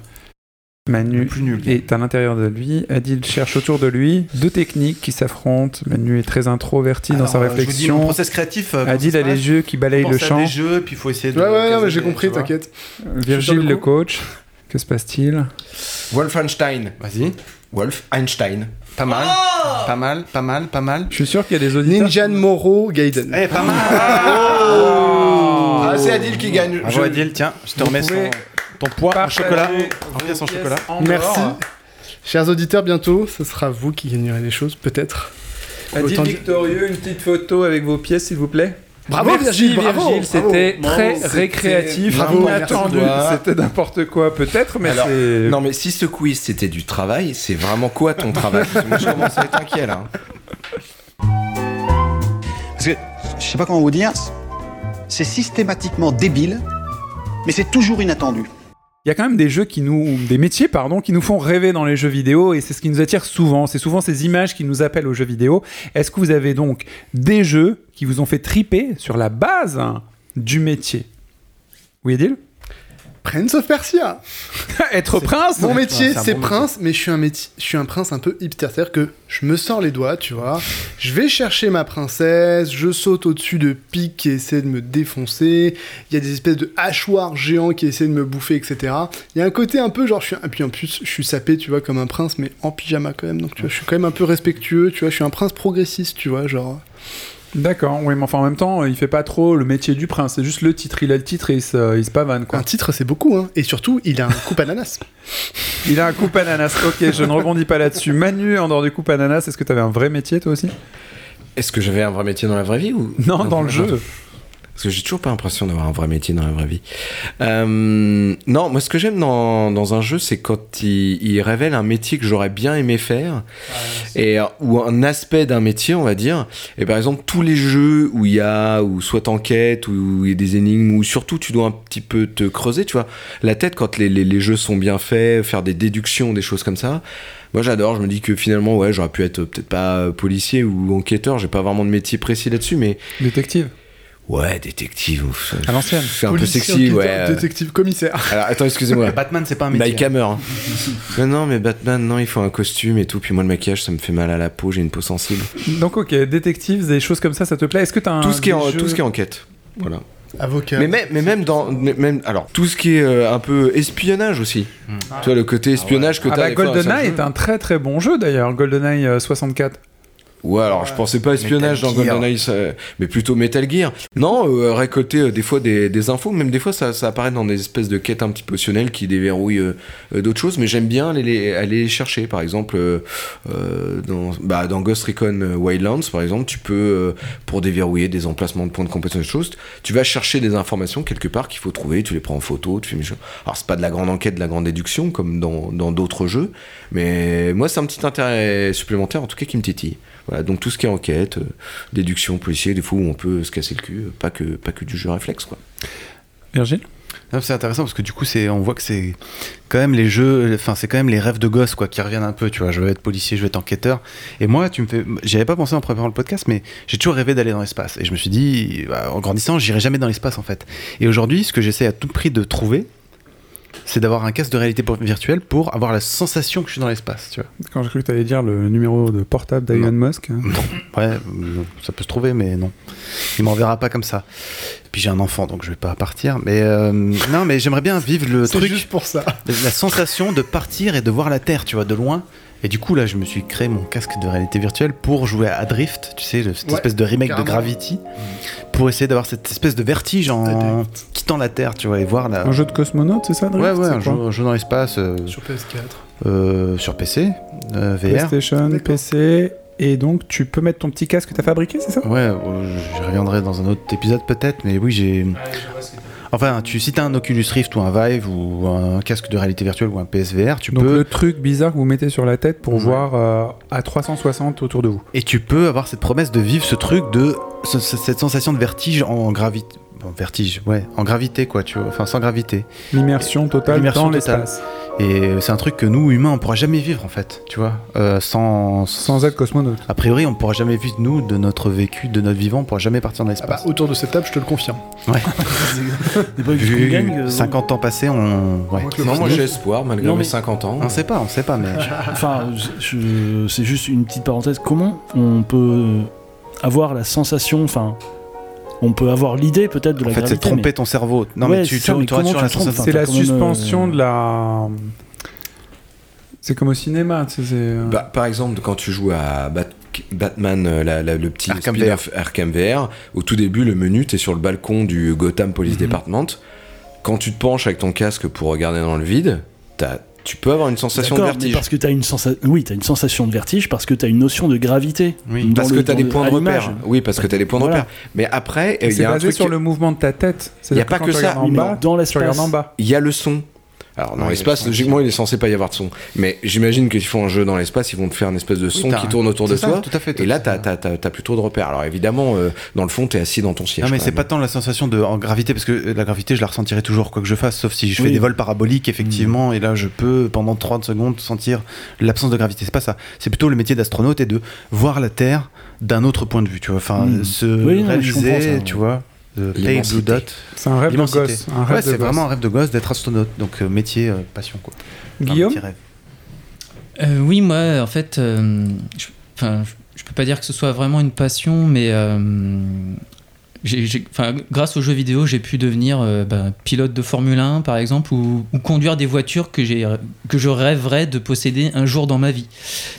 Manu
Le plus nul.
est à l'intérieur de lui. Adil cherche autour de lui deux techniques qui s'affrontent. Manu est très introverti dans sa
Alors, euh, Je vous dis, mon
réflexion.
process créatif. euh,
Adil
comment
a
ça se
les
passe
yeux qui balayent le
Pense à
champ.
des jeux, puis il faut essayer de.
Ouais, ouais, non,
caser
mais j'ai
des-
compris,
tu vois.
t'inquiète.
Virgile,
le
le
coup.
coach. Que se passe-t-il
Wolfenstein.
Vas-y.
Wolf Einstein.
Pas mal. Pas mal, pas mal, pas mal.
Je suis sûr qu'il y a des auditeurs.
Ninjan Moro Gaiden.
Eh, pas mal
Oh
Ah, c'est Adil qui gagne.
Bravo Adil, tiens, je te remets
pouvez
son, ton poids en
partager
chocolat.
vos
Reviens son
pièces
chocolat.
en
Merci.
dehors.
Chers auditeurs, bientôt, ce sera vous qui gagnerez les choses, peut-être.
Adil
Autant dire-
Victorieux, une petite photo avec vos pièces, s'il vous plaît.
Bravo,
Merci,
Virgile, bravo, bravo.
C'était très
c'était-
récréatif,
bravo,
inattendu.
merci beaucoup.
C'était n'importe quoi, peut-être, mais
Alors,
c'est.
Non, mais si ce quiz c'était du travail, c'est vraiment quoi ton travail Parce que Moi je commence à être inquiet là.
Parce que, je sais pas comment vous dire, c'est systématiquement débile, mais c'est toujours inattendu.
Il y a quand même des jeux qui nous, des métiers pardon, qui nous font rêver dans les jeux vidéo et c'est ce qui nous attire souvent. C'est souvent ces images qui nous appellent aux jeux vidéo. Est-ce que vous avez donc des jeux qui vous ont fait triper sur la base hein, du métier Oui, Adil
Prince of Persia.
Être prince
Mon métier,
c'est un
c'est
bon
prince, mais je suis un métier, je suis un prince un peu hipster, c'est-à-dire que je me sors les doigts, tu vois. Je vais chercher ma princesse, je saute au-dessus de pics qui essaient de me défoncer. Il y a des espèces de hachoirs géants qui essaient de me bouffer, etc. Il y a un côté un peu genre, je suis, un- puis en plus, je suis sapé, tu vois, comme un prince, mais en pyjama quand même. Donc tu vois, je suis quand même un peu respectueux, tu vois. Je suis un prince progressiste, tu vois, genre.
D'accord, oui, mais enfin en même temps, il fait pas trop le métier du prince. C'est juste le titre, il a le titre et il se, il se pavane quoi.
Un titre, c'est beaucoup, hein. Et surtout, il a un coupe ananas.
Il a un coup ananas. Ok, je ne rebondis pas là-dessus. Manu, en dehors du coup ananas, est-ce que t'avais un vrai métier toi aussi
Est-ce que j'avais un vrai métier dans la vraie vie ou
Non, dans le jeu.
Parce que j'ai toujours pas l'impression d'avoir un vrai métier dans la vraie vie. Euh, non, moi ce que j'aime dans, dans un jeu, c'est quand il, il révèle un métier que j'aurais bien aimé faire, et, euh, ou un aspect d'un métier, on va dire. Et par exemple, tous les jeux où il y a, ou soit enquête, ou il y a des énigmes, où surtout tu dois un petit peu te creuser, tu vois. La tête, quand les, les- les jeux sont bien faits, faire des déductions, des choses comme ça. Moi j'adore, je me dis que finalement, ouais, j'aurais pu être euh, peut-être pas euh, policier ou enquêteur, j'ai pas vraiment de métier précis là-dessus, mais
Détective.
Ouais, détective. ouf.
À l'ancienne.
C'est un peu
Policier,
sexy,
enquêteur,
ouais.
Détective commissaire.
Alors, attends, excusez-moi.
Batman, c'est pas un métier.
Nike Hammer. hein. non, non, mais Batman, non, il faut un costume et tout. Puis moi, le maquillage, ça me fait mal à la peau, j'ai une peau sensible.
Donc ok, détectives, des choses comme ça, ça te plaît Est-ce que t'as un
tout, ce qui est en-
des jeux-
tout ce qui est enquête. Voilà.
Avocat.
Mais même, mais même dans. mais même, alors, tout ce qui est euh, un peu espionnage aussi. Tu vois, le côté espionnage que
Ah
t'as.
bah,
des fois dans
GoldenEye
certains
est un très très bon jeu d'ailleurs, GoldenEye euh, 64.
jeux. Ouais, alors je pensais pas espionnage dans
Metal Gear.
GoldenEye, ça- mais plutôt Metal Gear. Non, euh, récolter euh, des fois des, des infos, même des fois ça, ça apparaît dans des espèces de quêtes un petit peu optionnelles qui déverrouillent euh, euh, d'autres choses, mais j'aime bien aller les, aller les chercher. Par exemple, euh, euh, dans, bah, dans Ghost Recon Wildlands, par exemple, tu peux, euh, pour déverrouiller des emplacements de points de compétence, des choses, tu vas chercher des informations quelque part qu'il faut trouver, tu les prends en photo, tu fais mes choses. Alors, c'est pas de la grande enquête, de la grande déduction, comme dans dans d'autres jeux, mais moi, c'est un petit intérêt supplémentaire, en tout cas, qui me tétille. Voilà, donc tout ce qui est enquête, euh, déduction, policier, des fois où on peut se casser le cul, euh, pas que, pas que du jeu réflexe, quoi.
Virgile
Non, C'est intéressant parce que du coup, c'est, on voit que c'est quand même les jeux, enfin, c'est quand même les rêves de gosse quoi, qui reviennent un peu. Tu vois, je veux être policier, je veux être enquêteur. Et moi, tu me fais, j'y avais pas pensé en préparant le podcast, mais j'ai toujours rêvé d'aller dans l'espace. Et je me suis dit, bah, en grandissant, j'irai jamais dans l'espace en fait. Et aujourd'hui, ce que j'essaie à tout prix de trouver, c'est d'avoir un casque de réalité pour- virtuelle pour avoir la sensation que je suis dans l'espace. Tu vois.
Quand j'ai cru que t'allais dire le numéro de portable d'Elon Musk. hein.
Ouais, euh, non, ça peut se trouver, mais non. Il m'enverra pas comme ça. Et puis j'ai un enfant, donc je vais pas partir. Mais euh, non, mais j'aimerais bien vivre le
C'est
truc.
juste pour ça.
La sensation de partir et de voir la Terre, tu vois, de loin. Et du coup, là, je me suis créé mon casque de réalité virtuelle pour jouer à Drift, tu sais, le- cette
Ouais,
espèce de remake
carrément. Mhm.
de Gravity, pour essayer d'avoir cette espèce de vertige en quittant la Terre, tu vois, et voir la.
Un jeu de cosmonaute, c'est ça Drift,
Ouais, ouais,
c'est
un jeu,
quoi
un jeu dans l'espace. euh,
Sur PS4.
euh, sur PC, euh, VR.
PlayStation, PC. Et donc, tu peux mettre ton petit casque que t'as fabriqué, c'est ça
Ouais, euh, j'y reviendrai dans un autre épisode peut-être, mais oui, j'ai. Enfin, tu, si t'as un Oculus Rift ou un Vive ou un casque de réalité virtuelle ou un PSVR, tu
Donc
peux.
le truc bizarre que vous mettez sur la tête pour voir euh, à 360 autour de vous.
Et tu peux avoir cette promesse de vivre ce truc de. ce- ce- cette sensation de vertige en gravité. En vertige, ouais, en gravité quoi, tu vois, enfin sans gravité.
L'immersion totale dans
L'immersion totale.
l'espace.
Et euh, c'est un truc que nous, humains, on pourra jamais vivre en fait, tu vois, euh, sans.
Sans être cosmonaute.
A priori, on pourra jamais vivre, nous, de notre vécu, de notre vivant, on pourra jamais partir dans
Ah
l'espace.
bah, autour de cette table, je te le confirme.
Ouais.
pas juste
Vu
qu'on gagne, euh,
50 ans passés, on. Ouais.
Non, moi j'ai espoir, malgré
Non,
mes
mais- Ah,
50 ans.
On sait pas, on sait pas, mais.
euh, Enfin, je- je- c'est juste une petite parenthèse. Comment on peut avoir la sensation, enfin, on peut avoir l'idée peut-être de la
En fait, c'est
gravité,
tromper
mais-
ton cerveau. Non,
Ouais,
mais tu,
c'est ça,
tu,
mais
tu auras
comment
toujours
tu
la
trompes
sensation.
C'est la
quand même,
euh,
suspension de la. C'est comme au cinéma, tu sais. c'est, euh,
Bah, par exemple, quand tu joues à Bat- Batman, euh, la- la- le petit
Arkham
spin-off Arkham VR, au tout début, le menu, t'es sur le balcon du Gotham Police
Mhm.
Department. Quand tu te penches avec ton casque pour regarder dans le vide, t'as- tu peux avoir une sensation de
D'accord, mais
vertige.
parce que t'as une sensation, oui, t'as une sensation de vertige parce que t'as une notion de gravité. Dans
Parce
le-
que t'as
dans
des
le-
points
à
de
l'image.
repère. Oui, parce que t'as des points de
Voilà.
repère. Mais après, euh, il
C'est
y a un
basé
truc.
sur le mouvement de ta tête.
Il
C'est-à-dire
n'y a pas
quand
que
tu
ça.
regardes En bas, tu regardes en bas.
Il y a le son. Alors, dans
Ouais,
l'espace, logiquement, il est censé pas y avoir de son. Mais j'imagine que s'ils font un jeu dans l'espace, ils vont te faire une espèce de son
t'as
qui
un-
tourne autour
c'est
de
ça,
toi.
tout à fait,
et là, t'as t'as- t'as- t'as plutôt de repères. Alors, évidemment, euh, dans le fond, t'es assis dans ton siège.
Non, mais
quand
c'est
même.
pas tant la sensation de en gravité, parce que euh, la gravité, je la ressentirai toujours, quoi que je fasse, sauf si je fais
Oui. Mm.
des vols paraboliques, effectivement, et là, je peux, pendant 30 secondes, sentir l'absence de gravité. C'est pas ça. C'est plutôt le métier d'astronaute et de voir la Terre d'un autre point de vue, tu vois. Enfin,
Mm.
se
Oui, non, mais je
réaliser,
comprends ça.
tu vois. The pale
L'immensité.
blue dot.
C'est un rêve de
L'immensité.
gosse. Un rêve
ouais,
de
c'est
gosse.
vraiment un rêve de gosse d'être astronaute. Donc, euh, métier, euh, passion, quoi. Enfin,
Guillaume
petit rêve.
Euh, oui, moi, en fait, euh, je, enfin, je- je peux pas dire que ce soit vraiment une passion, mais euh, j'ai- j'ai- enfin, grâce aux jeux vidéo, j'ai pu devenir euh, bah, pilote de Formule 1, par exemple, ou, ou conduire des voitures que, j'ai- que je rêverais de posséder un jour dans ma vie,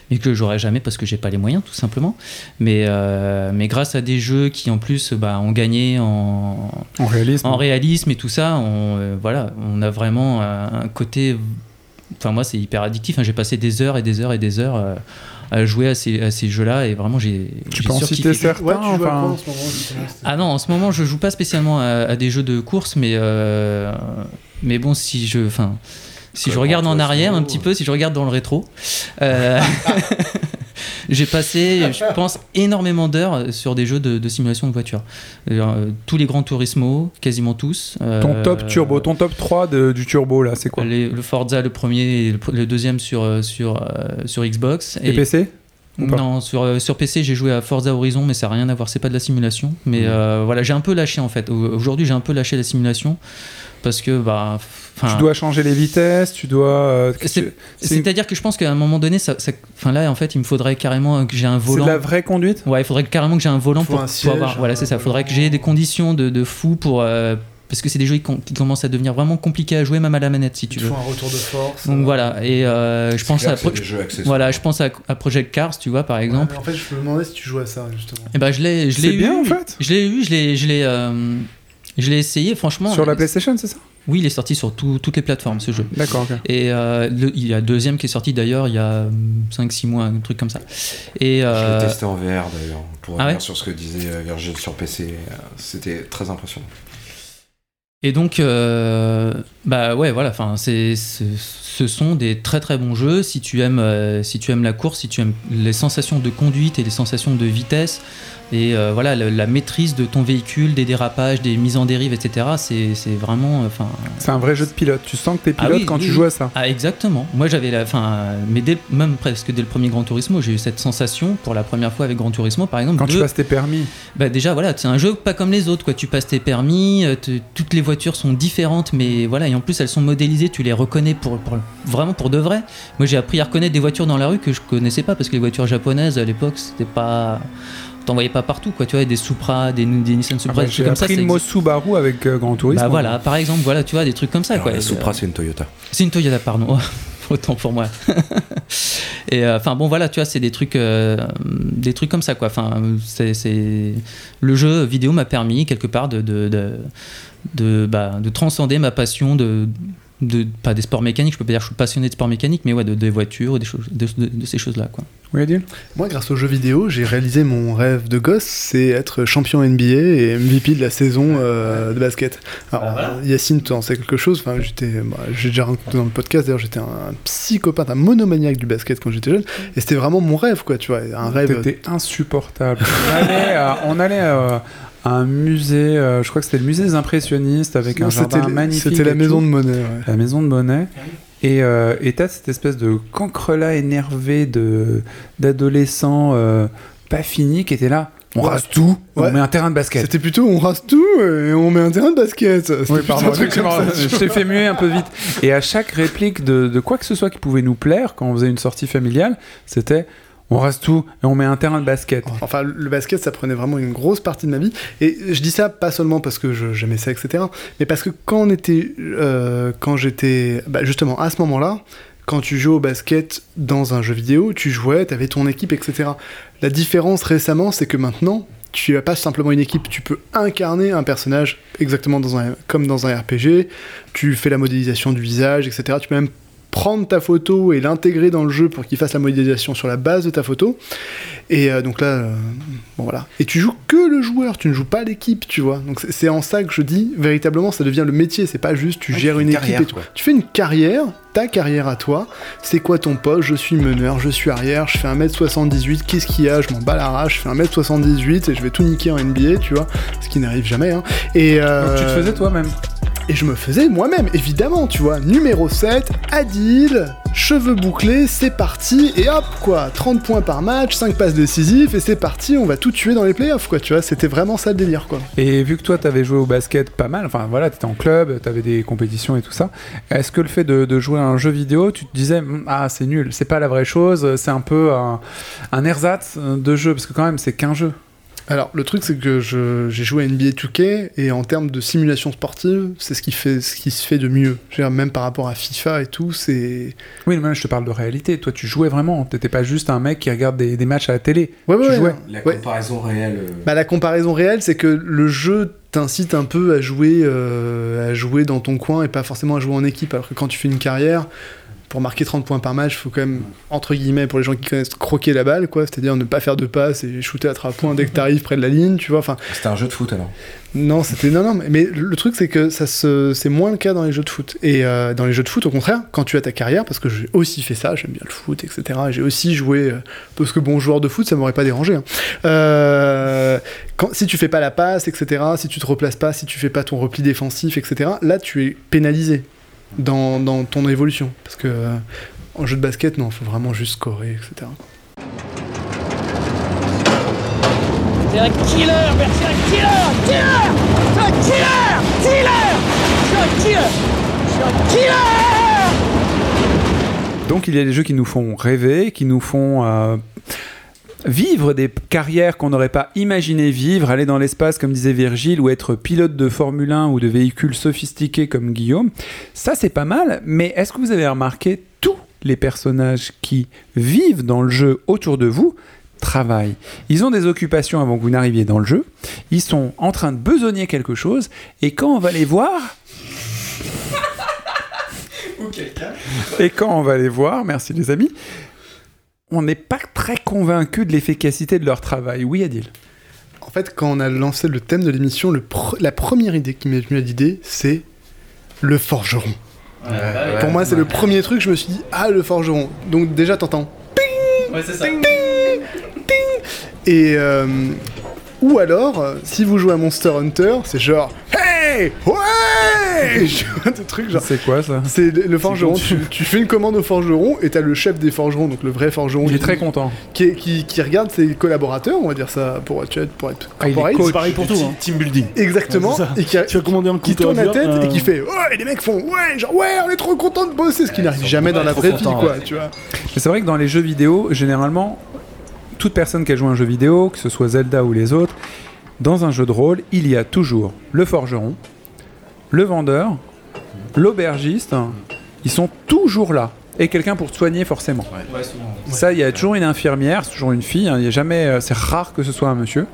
mais que j'aurais jamais parce que j'ai pas les moyens, tout simplement. Mais, euh, mais grâce à des jeux qui, en plus, bah, ont gagné en,
En réalisme.
en réalisme et tout ça, on, euh, voilà, on a vraiment un, un côté. Enfin, moi, c'est hyper addictif. hein. J'ai passé des heures et des heures et des heures euh, à jouer à ces, à ces jeux-là et vraiment, j'ai.
Tu
j'ai
peux en citer
surkiffé.
certains.
Ouais, tu joues à quoi
enfin,
en ce moment justement
Ah non, en ce moment, je joue pas spécialement à, à des jeux de course, mais, euh, mais bon, si je. Enfin, si je
Comment
regarde en
toi,
arrière
sinon,
un petit peu, si je regarde dans le rétro, euh, j'ai passé, je pense, énormément d'heures sur des jeux de, de simulation de voiture. Euh, tous les grands Turismo, quasiment tous. euh,
Ton top turbo, ton top 3 de- du turbo là, c'est quoi
les- le Forza, le premier et le, pr- le deuxième sur, euh, sur, euh, sur Xbox.
Et PC ou pas
Non, sur, euh, sur PC, j'ai joué à Forza Horizon, mais ça n'a rien à voir, c'est pas de la simulation. Mais euh, voilà, j'ai un peu lâché en fait. Au- Aujourd'hui, j'ai un peu lâché la simulation parce que bah. enfin,
Tu dois changer les vitesses, tu dois. euh, que tu-
c'est- C'est-à-dire que je pense qu'à un moment donné, ça, ça- enfin là, en fait, il me faudrait carrément que j'ai un volant.
de la vraie conduite
Ouais, il faudrait carrément que j'ai un volant
Faut
pour,
un
pour
siège. euh,
avoir. Voilà, c'est ça. Il faudrait que j'ai des conditions de, de fou pour. euh, parce que c'est des jeux qui, com- qui commencent à devenir vraiment compliqués à jouer, même à la manette, si tu
Il
veux.
faut un retour de force.
Donc voilà, et euh, je
C'est
pense
clair
à.
que c'est
Pro-
des jeux accessoires.
voilà, je pense à, à Project Cars, tu vois, par exemple.
En fait, je me demandais si tu jouais à ça, justement.
Eh ben je l'ai, je
C'est
l'ai eu.
bien, en fait.
Je l'ai eu, je l'ai, je l'ai, euh, je l'ai essayé. Franchement. euh,
Sur la PlayStation, c'est ça
Oui, il est sorti sur tout- toutes les plateformes ce jeu.
D'accord. ok.
Et euh, le- il y a le deuxième qui est sorti d'ailleurs il y a 5-6 mois, un truc comme ça. Et
Je
euh,
l'ai testé en VR d'ailleurs, pour
Ah
revenir
ouais
sur ce que disait euh, Virgil sur PC. euh, C'était très impressionnant.
Et donc, euh, bah ouais, voilà. Enfin, c'est, c'est- ce sont des très très bons jeux. Si tu aimes, euh, si tu aimes la course, si tu aimes les sensations de conduite et les sensations de vitesse, et euh, voilà le- la maîtrise de ton véhicule, des dérapages, des mises en dérive, etc. C'est, c'est vraiment, euh, enfin.
C'est un vrai jeu de pilote. Tu sens que t'es
Ah
pilote
oui,
quand
oui,
tu
oui.
joues à ça.
Ah exactement. Moi j'avais la fin mais dès, même presque dès le premier Gran Turismo, j'ai eu cette sensation pour la première fois avec Gran Turismo par exemple
Quand tu
de-
passes tes permis.
bah déjà voilà, c'est un jeu pas comme les autres quoi, tu passes tes permis, euh, te- toutes les voitures sont différentes mais voilà et en plus elles sont modélisées, tu les reconnais pour, pour- vraiment pour de vrai. Moi j'ai appris à reconnaître des voitures dans la rue que je connaissais pas parce que les voitures japonaises à l'époque c'était pas t'en voyais pas partout quoi, tu vois des Supra, des, des Nissan
Ah
Supra,
bah,
des trucs
J'ai
comme ça.
appris
ça
le mot
existe.
Subaru avec euh, Gran Turismo.
bah voilà, par exemple, voilà, tu vois des trucs comme ça
Alors,
quoi.
la
Et,
Supra,
euh,
c'est une Toyota.
c'est une Toyota, pardon. Autant pour moi. et euh, enfin bon voilà, tu vois, c'est des trucs, euh, des trucs comme ça quoi. Enfin, c'est, c'est- le jeu vidéo m'a permis quelque part de de, de, de, bah, de transcender ma passion de, de pas des sports mécaniques. Je peux pas dire que je suis passionné de sports mécaniques, mais ouais, de, des voitures, des choses, de, de- de ces choses là quoi.
Oui, Adil
Moi, grâce aux jeux vidéo, j'ai réalisé mon rêve de gosse, c'est être champion NBA et MVP de la saison euh, de basket. Alors, Yacine, tu en sais quelque chose Enfin, j'étais, bah, j'ai déjà raconté dans le podcast. D'ailleurs, j'étais un psychopathe, un monomaniaque du basket quand j'étais jeune, et c'était vraiment mon rêve, quoi. Tu vois, un rêve.
T'étais insupportable. on allait, à, on allait à, à un musée, euh, je crois que c'était le musée des impressionnistes avec
Non,
un
c'était
jardin
le-
magnifique.
c'était la
et
maison
tout.
de Monet, ouais.
La maison de Monet. Et euh, et t'as cette espèce de cancrelat énervé de d'adolescent euh, pas fini qui était là. On
Ouais.
rase tout,
Ouais.
on met un terrain de basket.
C'était plutôt on rase tout et on met un terrain de basket. C'était
Oui,
plutôt
pardon,
un truc comme
excuse-moi,
ça, tu
je t'ai
vois.
fait muer un peu vite. Et à chaque réplique de, de quoi que ce soit qui pouvait nous plaire quand on faisait une sortie familiale, c'était on rase tout et on met un terrain de basket.
Enfin, le basket, ça prenait vraiment une grosse partie de ma vie. Et je dis ça pas seulement parce que je- j'aimais ça, etc. Mais parce que quand on était, euh, quand j'étais, bah, justement à ce moment-là, quand tu jouais au basket dans un jeu vidéo, tu jouais, t'avais ton équipe, etc. La différence récemment, c'est que maintenant, tu n'as pas simplement une équipe, tu peux incarner un personnage exactement dans un, comme dans un RPG. Tu fais la modélisation du visage, etc. Tu peux même prendre ta photo et l'intégrer dans le jeu pour qu'il fasse la modélisation sur la base de ta photo. Et euh, donc là, euh, bon voilà. Et tu joues que le joueur, tu ne joues pas l'équipe, tu vois. Donc c'est- c'est en ça que je dis, véritablement, ça devient le métier. C'est pas juste tu gères une, équipe
carrière,
et tout.
quoi.
Tu fais une carrière, ta carrière à toi. C'est quoi ton poste Je suis meneur, je suis arrière, je fais 1m78, qu'est-ce qu'il y a Je m'en bats la rage, je fais 1m78 et je vais tout niquer en NBA, tu vois. Ce qui n'arrive jamais. Hein. Et,
Donc tu te
euh,
faisais toi-même.
et je me faisais moi-même, évidemment, tu vois. Numéro 7, Adil, cheveux bouclés, c'est parti, et hop, quoi. 30 points par match, 5 passes décisives, et c'est parti, on va tout tuer dans les playoffs, quoi, tu vois. C'était vraiment ça le délire, quoi.
Et vu que toi, t'avais joué au basket pas mal, enfin voilà, t'étais en club, t'avais des compétitions et tout ça, est-ce que le fait de, de jouer à un jeu vidéo, tu te disais, Hum, ah, c'est nul, c'est pas la vraie chose, c'est un peu un, un ersatz de jeu, parce que quand même, c'est qu'un jeu.
Alors, le truc, c'est que je- j'ai joué à NBA 2K, et en termes de simulation sportive, c'est ce, qui fait- ce qui se fait de mieux. Je veux dire, même par rapport à FIFA et tout, c'est.
Oui, mais je te parle de réalité, toi, tu jouais vraiment, t'étais pas juste un mec qui regarde des, des matchs à la télé.
Ouais,
tu
ouais,
jouais.
non.
La
Ouais.
comparaison réelle. euh,
Bah, la comparaison réelle, c'est que le jeu t'incite un peu à jouer, euh, à jouer dans ton coin et pas forcément à jouer en équipe. Alors que quand tu fais une carrière, pour marquer 30 points par match, faut quand même, entre guillemets, pour les gens qui connaissent, croquer la balle, quoi. C'est-à-dire ne pas faire de passe et shooter à trois points dès que t'arrives près de la ligne, tu vois. Enfin,
C'était un jeu de foot alors.
non, c'était non, non. mais- Mais le truc, c'est que ça se, c'est moins le cas dans les jeux de foot. Et euh, dans les jeux de foot, au contraire, quand tu as ta carrière, parce que j'ai aussi fait ça, j'aime bien le foot, etc. J'ai aussi joué euh, parce que bon joueur de foot, ça m'aurait pas dérangé. hein. Euh, quand, si tu fais pas la passe, etc. Si tu te replaces pas, si tu fais pas ton repli défensif, etc. Là, tu es pénalisé dans, dans ton évolution, parce que euh, en jeu de basket, non, faut vraiment juste scorer, etc.
T'es un killer, Berthier, un killer, killer T'es un killer, killer Je suis un killer Je suis un killer
Donc il y a des jeux qui nous font rêver, qui nous font euh, vivre des carrières qu'on n'aurait pas imaginé vivre, aller dans l'espace comme disait Virgile, ou être pilote de Formule 1 ou de véhicules sophistiqués comme Guillaume. Ça c'est pas mal, mais est-ce que vous avez remarqué tous les personnages qui vivent dans le jeu autour de vous travaillent. Ils ont des occupations avant que vous n'arriviez dans le jeu. Ils sont en train de besogner quelque chose. Et quand on va les voir, Et quand on va les voir, merci les amis, on n'est pas très convaincu de l'efficacité de leur travail. Oui, Adil
En fait, quand on a lancé le thème de l'émission, le pr- la première idée qui m'est venue à l'idée, c'est le forgeron.
bah
Pour moi, c'est le premier truc, je me suis dit, ah, le forgeron. Donc déjà, t'entends.
Ouais, c'est ça.
Et... euh, ou alors, euh, si vous jouez à Monster Hunter, c'est genre... Hey Ouais Je vois des trucs genre...
C'est quoi ça
C'est le, le forgeron,
quand tu-
tu, tu fais une commande au forgeron et t'as le chef des forgerons, donc le vrai forgeron.
Il est
qui-
très content.
Qui, est- qui- qui regarde ses collaborateurs, on va dire ça, pour, tu vois, pour être
Ah, il est
corporate.
coach. C'est pareil pour tout, hein.
Team building. Exactement.
Ouais, c'est ça.
et qui, a-
Tu as commandé un
qui
couteau à
tourne la
beurre,
tête
euh,
et qui fait Ouais, et les mecs font Ouais, genre, ouais, on est trop content de bosser, ce qui n'arrive jamais dans la
trop
vraie vie,
contents,
quoi,
ouais.
tu vois.
Mais c'est vrai que dans les jeux vidéo, généralement, toute personne qui a joué à un jeu vidéo, que ce soit Zelda ou les autres, dans un jeu de rôle, il y a toujours le forgeron, le vendeur, l'aubergiste. Ils sont toujours là. Et quelqu'un pour te soigner forcément.
Ouais, souvent.
Ça, il y a toujours une infirmière, c'est toujours une fille. hein, Il y a jamais, euh, c'est rare que ce soit un monsieur.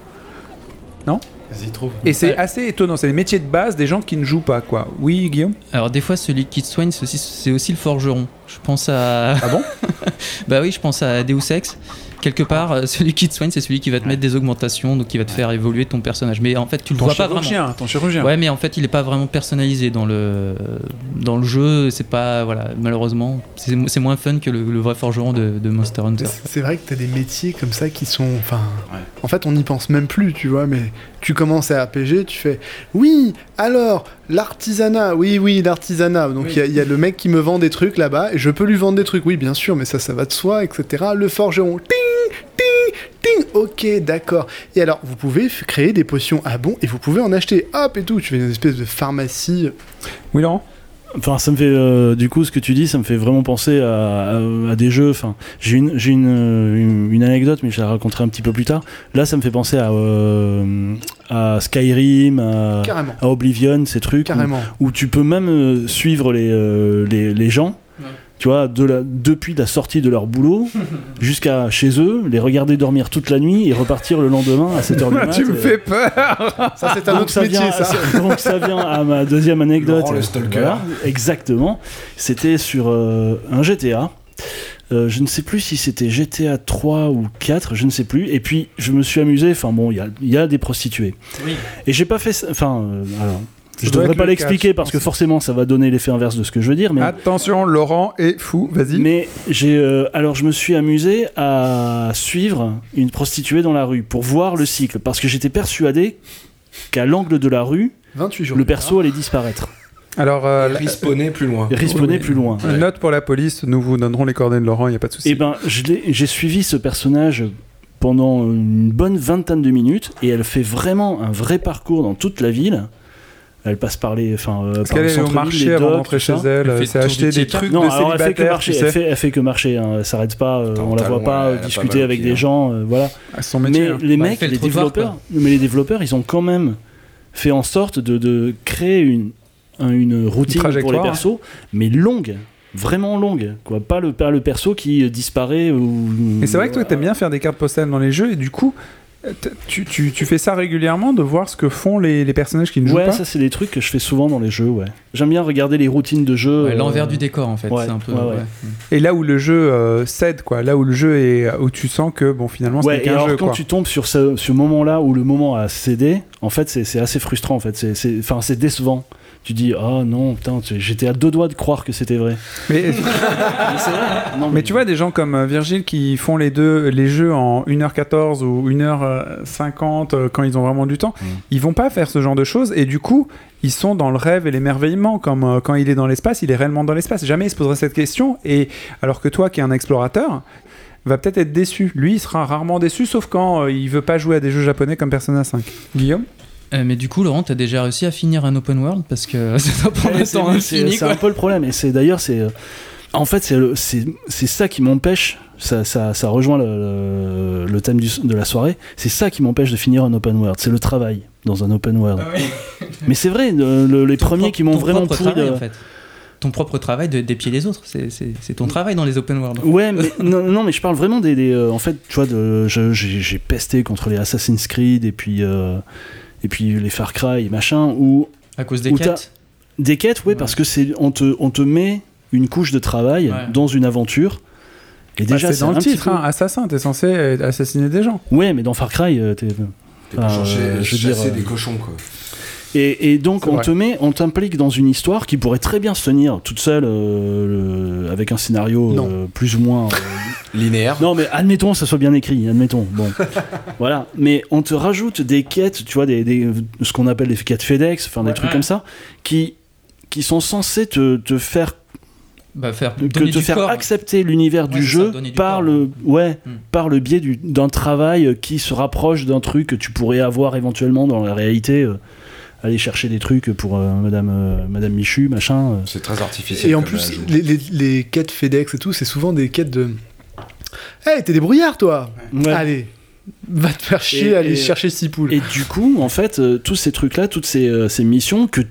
Non
Vas-y, trouve.
Et c'est assez étonnant. C'est les métiers de base des gens qui ne jouent pas, quoi. Oui, Guillaume.
Alors des fois, celui qui te soigne, c'est aussi, c'est aussi le forgeron. Je pense à. Ah
bon
Bah oui, je pense à Deus Ex. Quelque part, euh, celui qui te soigne, c'est celui qui va te mettre des augmentations, donc qui va te faire évoluer ton personnage. Mais en fait, tu le
Ton
vois pas
chirurgien,
vraiment.
ton chirurgien.
Ouais, mais en fait, il est pas vraiment personnalisé dans le dans le jeu. C'est pas voilà, malheureusement, c'est c'est moins fun que le, le vrai forgeron de, de Monster Hunter.
C'est vrai que t'as des métiers comme ça qui sont. Enfin. En fait, on n'y pense même plus, tu vois, mais tu commences à RPG, tu fais Oui, alors, l'artisanat, oui, oui, l'artisanat. Donc, il y a- il y, a le mec qui me vend des trucs là-bas, et je peux lui vendre des trucs, oui, bien sûr, mais ça, ça va de soi, etc. Le forgeron, ting, ting, ting, ok, d'accord. Et alors, vous pouvez f- créer des potions à bon, et vous pouvez en acheter, hop, et tout. Tu fais une espèce de pharmacie. euh,
Oui, non
Enfin, ça me fait euh, du coup ce que tu dis, ça me fait vraiment penser à, à- à des jeux. Enfin, j'ai une j'ai une, euh, une- une anecdote, mais je la raconterai un petit peu plus tard. Là, ça me fait penser à euh, à Skyrim, à,
Carrément.
à Oblivion, ces trucs où-
Carrément.
Où, tu peux même euh, suivre les euh, les, les gens. Tu vois, de la- depuis la sortie de leur boulot jusqu'à chez eux, les regarder dormir toute la nuit et repartir le lendemain à 7h du
Ah,
euh, matin.
Ah, tu me fais peur.
Ça, c'est un
Ah, Donc
autre
ça
métier,
vient-
ça.
donc ça vient à ma deuxième anecdote.
Laurent, le stalker.
Voilà, exactement. C'était sur euh, un GTA. Euh, je ne sais plus si c'était GTA 3 ou 4, je ne sais plus. Et puis je me suis amusé. Enfin bon, il y a, il y a des prostituées.
Oui.
Et j'ai pas fait. ça- Enfin, euh, alors,
Ça
je
doit
devrais
être
pas
le
l'expliquer
quatre,
parce que forcément ça va donner l'effet inverse de ce que je veux dire. Mais
Attention, Laurent est fou. Ah, Vas-y.
mais j'ai euh, alors je me suis amusé à suivre une prostituée dans la rue pour voir le cycle parce que j'étais persuadé qu'à l'angle de la rue,
28 jours
le
plus
perso allait disparaître.
Alors, euh, la-
Respawner plus loin.
Et respawner plus loin.
Une Note pour la police, nous vous donnerons les coordonnées de Laurent, il n'y a pas de souci.
Et ben je l'ai- j'ai suivi ce personnage pendant une bonne vingtaine de minutes et elle fait vraiment un vrai parcours dans toute la ville. Elle passe par les, enfin, euh,
Parce
par
qu'elle
le
est au
centre-ville,
marché
les
avant
docks,
d'entrer
tout
chez
ça.
elle, elle s'est acheté des trucs
Non,
de
alors elle fait que
célibataire,
marcher,
tu
elle,
sais.
fait, elle fait que marcher, hein, elle s'arrête pas, euh, on la voit
talon,
pas
elle
euh,
a pas
discuter
mal au
avec
pied,
des
hein.
gens, euh, voilà.
son métier,
mais
hein.
les
Bah, elle
mecs,
fait le
les
trottoir,
développeurs,
quoi.
mais les développeurs, ils ont quand même fait en sorte de, de créer une, un- une routine pour les
trajectoire,
persos, mais longue, vraiment longue, quoi. Pas le, pas le perso qui euh, disparaît ou.
Et c'est vrai que toi, t'aimes bien faire des cartes postales dans les jeux, et du coup, t- tu, tu- tu fais ça régulièrement de voir ce que font les, les personnages qui ne jouent
Ouais,
pas.
ça c'est des trucs que je fais souvent dans les jeux, ouais. J'aime bien regarder les routines de jeu.
Ouais,
euh,
l'envers du décor, en fait,
ouais,
c'est un peu-
ouais, ouais.
ouais.
Et là où le jeu euh, cède, quoi, là où le jeu est, où tu sens que bon, finalement, c'est
Ouais, et
qu'un
alors
jeu.
quand
quoi.
tu tombes sur ce, ce moment-là où le moment a cédé, en fait, c'est c'est assez frustrant. En fait, c'est c'est- enfin, c'est décevant. Tu dis, oh non, putain, tu- j'étais à deux doigts de croire que c'était vrai.
Mais, Mais tu vois des gens comme euh, Virgile qui font les deux les jeux en 1h14 ou 1h50 euh, quand ils ont vraiment du temps,
Mm.
ils vont pas faire ce genre de choses et du coup, ils sont dans le rêve et l'émerveillement comme euh, quand il est dans l'espace, il est réellement dans l'espace. Jamais il se poserait cette question et alors que toi qui es un explorateur, va peut-être être déçu. Lui, il sera rarement déçu, sauf quand euh, il veut pas jouer à des jeux japonais comme Persona 5. Guillaume
Euh, mais du coup, Laurent, t'as déjà réussi à finir un open world parce que ça doit prendre
Ouais,
un
c'est-
temps
c'est-
infini.
C'est
hein, quoi.
un peu le problème. Et c'est d'ailleurs, c'est. euh, En fait, c'est le- c'est c'est ça qui m'empêche. Ça, ça, ça rejoint le, le- le thème du- de la soirée. C'est ça qui m'empêche de finir un open world. C'est le travail dans un open world. Mais c'est vrai, le- le- les premiers qui m'ont
Ah Ton
vraiment
propre
pourri.
travail,
le-
en fait. Ton propre travail de des pieds des autres, c'est- c'est c'est ton travail dans les open world.
Ouais, mais non, non, mais je parle vraiment des, des, euh, en fait, tu vois, de, je- j'ai j'ai pesté contre les Assassin's Creed et puis euh, et puis les Far Cry et machin où
à cause des quêtes
Des quêtes, ouais, parce que c'est on te on te met une couche de travail dans une aventure. Et
Bah,
déjà,
c'est dans
un
le
petit
titre,
peu-
hein, assassin, t'es censé euh, assassiner des gens.
Ouais, mais dans Far Cry, euh, t'es.
pas
enfin,
censé
euh, je veux dire,
chasser
euh,
des cochons, quoi.
et, et donc
C'est
on
vrai.
te met, on t'implique dans une histoire qui pourrait très bien se tenir toute seule, euh, le- avec un scénario
Non.
euh, plus ou moins euh,
Linéaire.
Non, mais admettons, ça soit bien écrit, admettons. Bon, voilà. Mais on te rajoute des quêtes, tu vois, des, des- ce qu'on appelle les quêtes FedEx, enfin des trucs comme ça, qui qui sont censés te, te faire
Bah, faire,
que
donner
te
du
faire
corps.
accepter l'univers du jeu par le ouais
Hmm.
par le biais du- d'un travail euh, qui se rapproche d'un truc que tu pourrais avoir éventuellement dans la réalité euh, aller chercher des trucs pour euh, madame euh, madame Michu machin euh.
c'est très artificiel
Et en plus, les, les, les quêtes FedEx et tout, c'est souvent des quêtes de. Hey, t'es débrouillard, toi
Ah,
Allez, va te faire chier, aller
euh,
chercher 6 poules
et du coup en fait euh, tous ces trucs là toutes ces, euh, ces missions que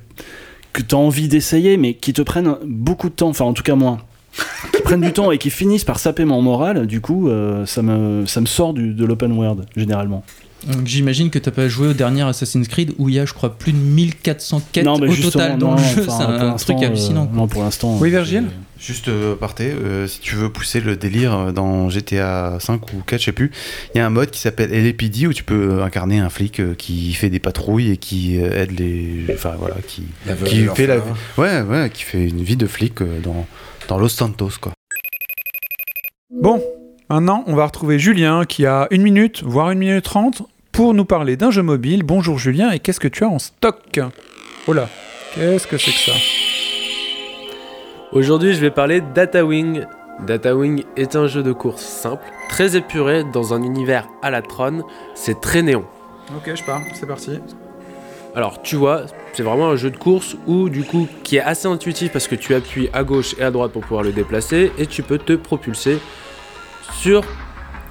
que t'as envie d'essayer mais qui te prennent beaucoup de temps enfin en tout cas moins qui prennent du temps et qui finissent par saper mon moral du coup euh, ça me ça me sort du- de l'open world généralement
Donc, J'imagine que t'as pas joué au dernier Assassin's Creed où il y a, je crois, plus de 1400 quêtes
Non, mais
au
justement,
total dans
non,
le jeu.
enfin,
c'est
pour
un
l'instant, euh,
truc hallucinant. quoi.
non, pour l'instant.
Oui,
Virgile
Juste euh, aparté, euh, si tu veux pousser le délire euh, dans GTA 5 ou 4, je sais plus, il y a un mode qui s'appelle LAPD où tu peux incarner un flic euh, qui fait des patrouilles et qui euh, aide les. Enfin voilà, qui,
La veuve
qui
et
fait la.
l'orphelin.
Ouais, ouais, qui fait une vie de flic euh, dans, dans Los Santos, quoi.
Bon, maintenant, on va retrouver Julien qui a une minute, voire une minute trente, pour nous parler d'un jeu mobile. Bonjour Julien, et qu'est-ce que tu as en stock Oh là, qu'est-ce que c'est que ça
Aujourd'hui, je vais parler d'Atawing. Datawing est un jeu de course simple, très épuré, dans un univers à la Tron. C'est très néon.
Ok, je pars, c'est parti.
Alors tu vois, c'est vraiment un jeu de course où du coup qui est assez intuitif parce que tu appuies à gauche et à droite pour pouvoir le déplacer et tu peux te propulser sur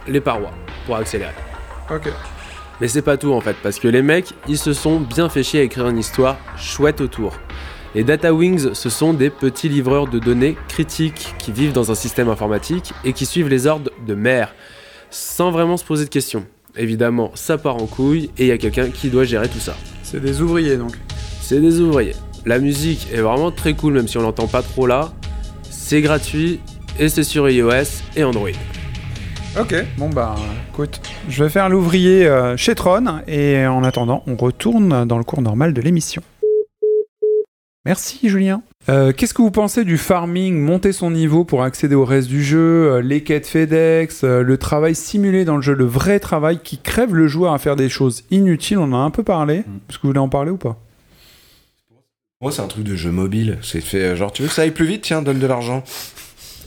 les parois pour accélérer.
Ok.
Mais c'est pas tout en fait parce que les mecs ils se sont bien fait chier à écrire une histoire chouette autour. Les Data Wings, ce sont des petits livreurs de données critiques qui vivent dans un système informatique et qui suivent les ordres de maire sans vraiment se poser de questions. Évidemment, ça part en couille et il y a quelqu'un qui doit gérer tout ça.
C'est des ouvriers donc.
C'est des ouvriers. La musique est vraiment très cool, même si on l'entend pas trop là. C'est gratuit et c'est sur iOS et Android.
Ok, bon bah écoute, je vais faire l'ouvrier euh, chez Tron et en attendant, on retourne dans le cours normal de l'émission. Merci Julien. Euh, Qu'est-ce que vous pensez du farming, monter son niveau pour accéder au reste du jeu, euh, les quêtes FedEx, euh, le travail simulé dans le jeu, le vrai travail qui crève le joueur à faire des choses inutiles, on en a un peu parlé. Est-ce que vous voulez en parler ou pas
Moi, Oh, c'est un truc de jeu mobile. C'est fait euh, genre, tu veux que ça aille plus vite Tiens, donne de l'argent.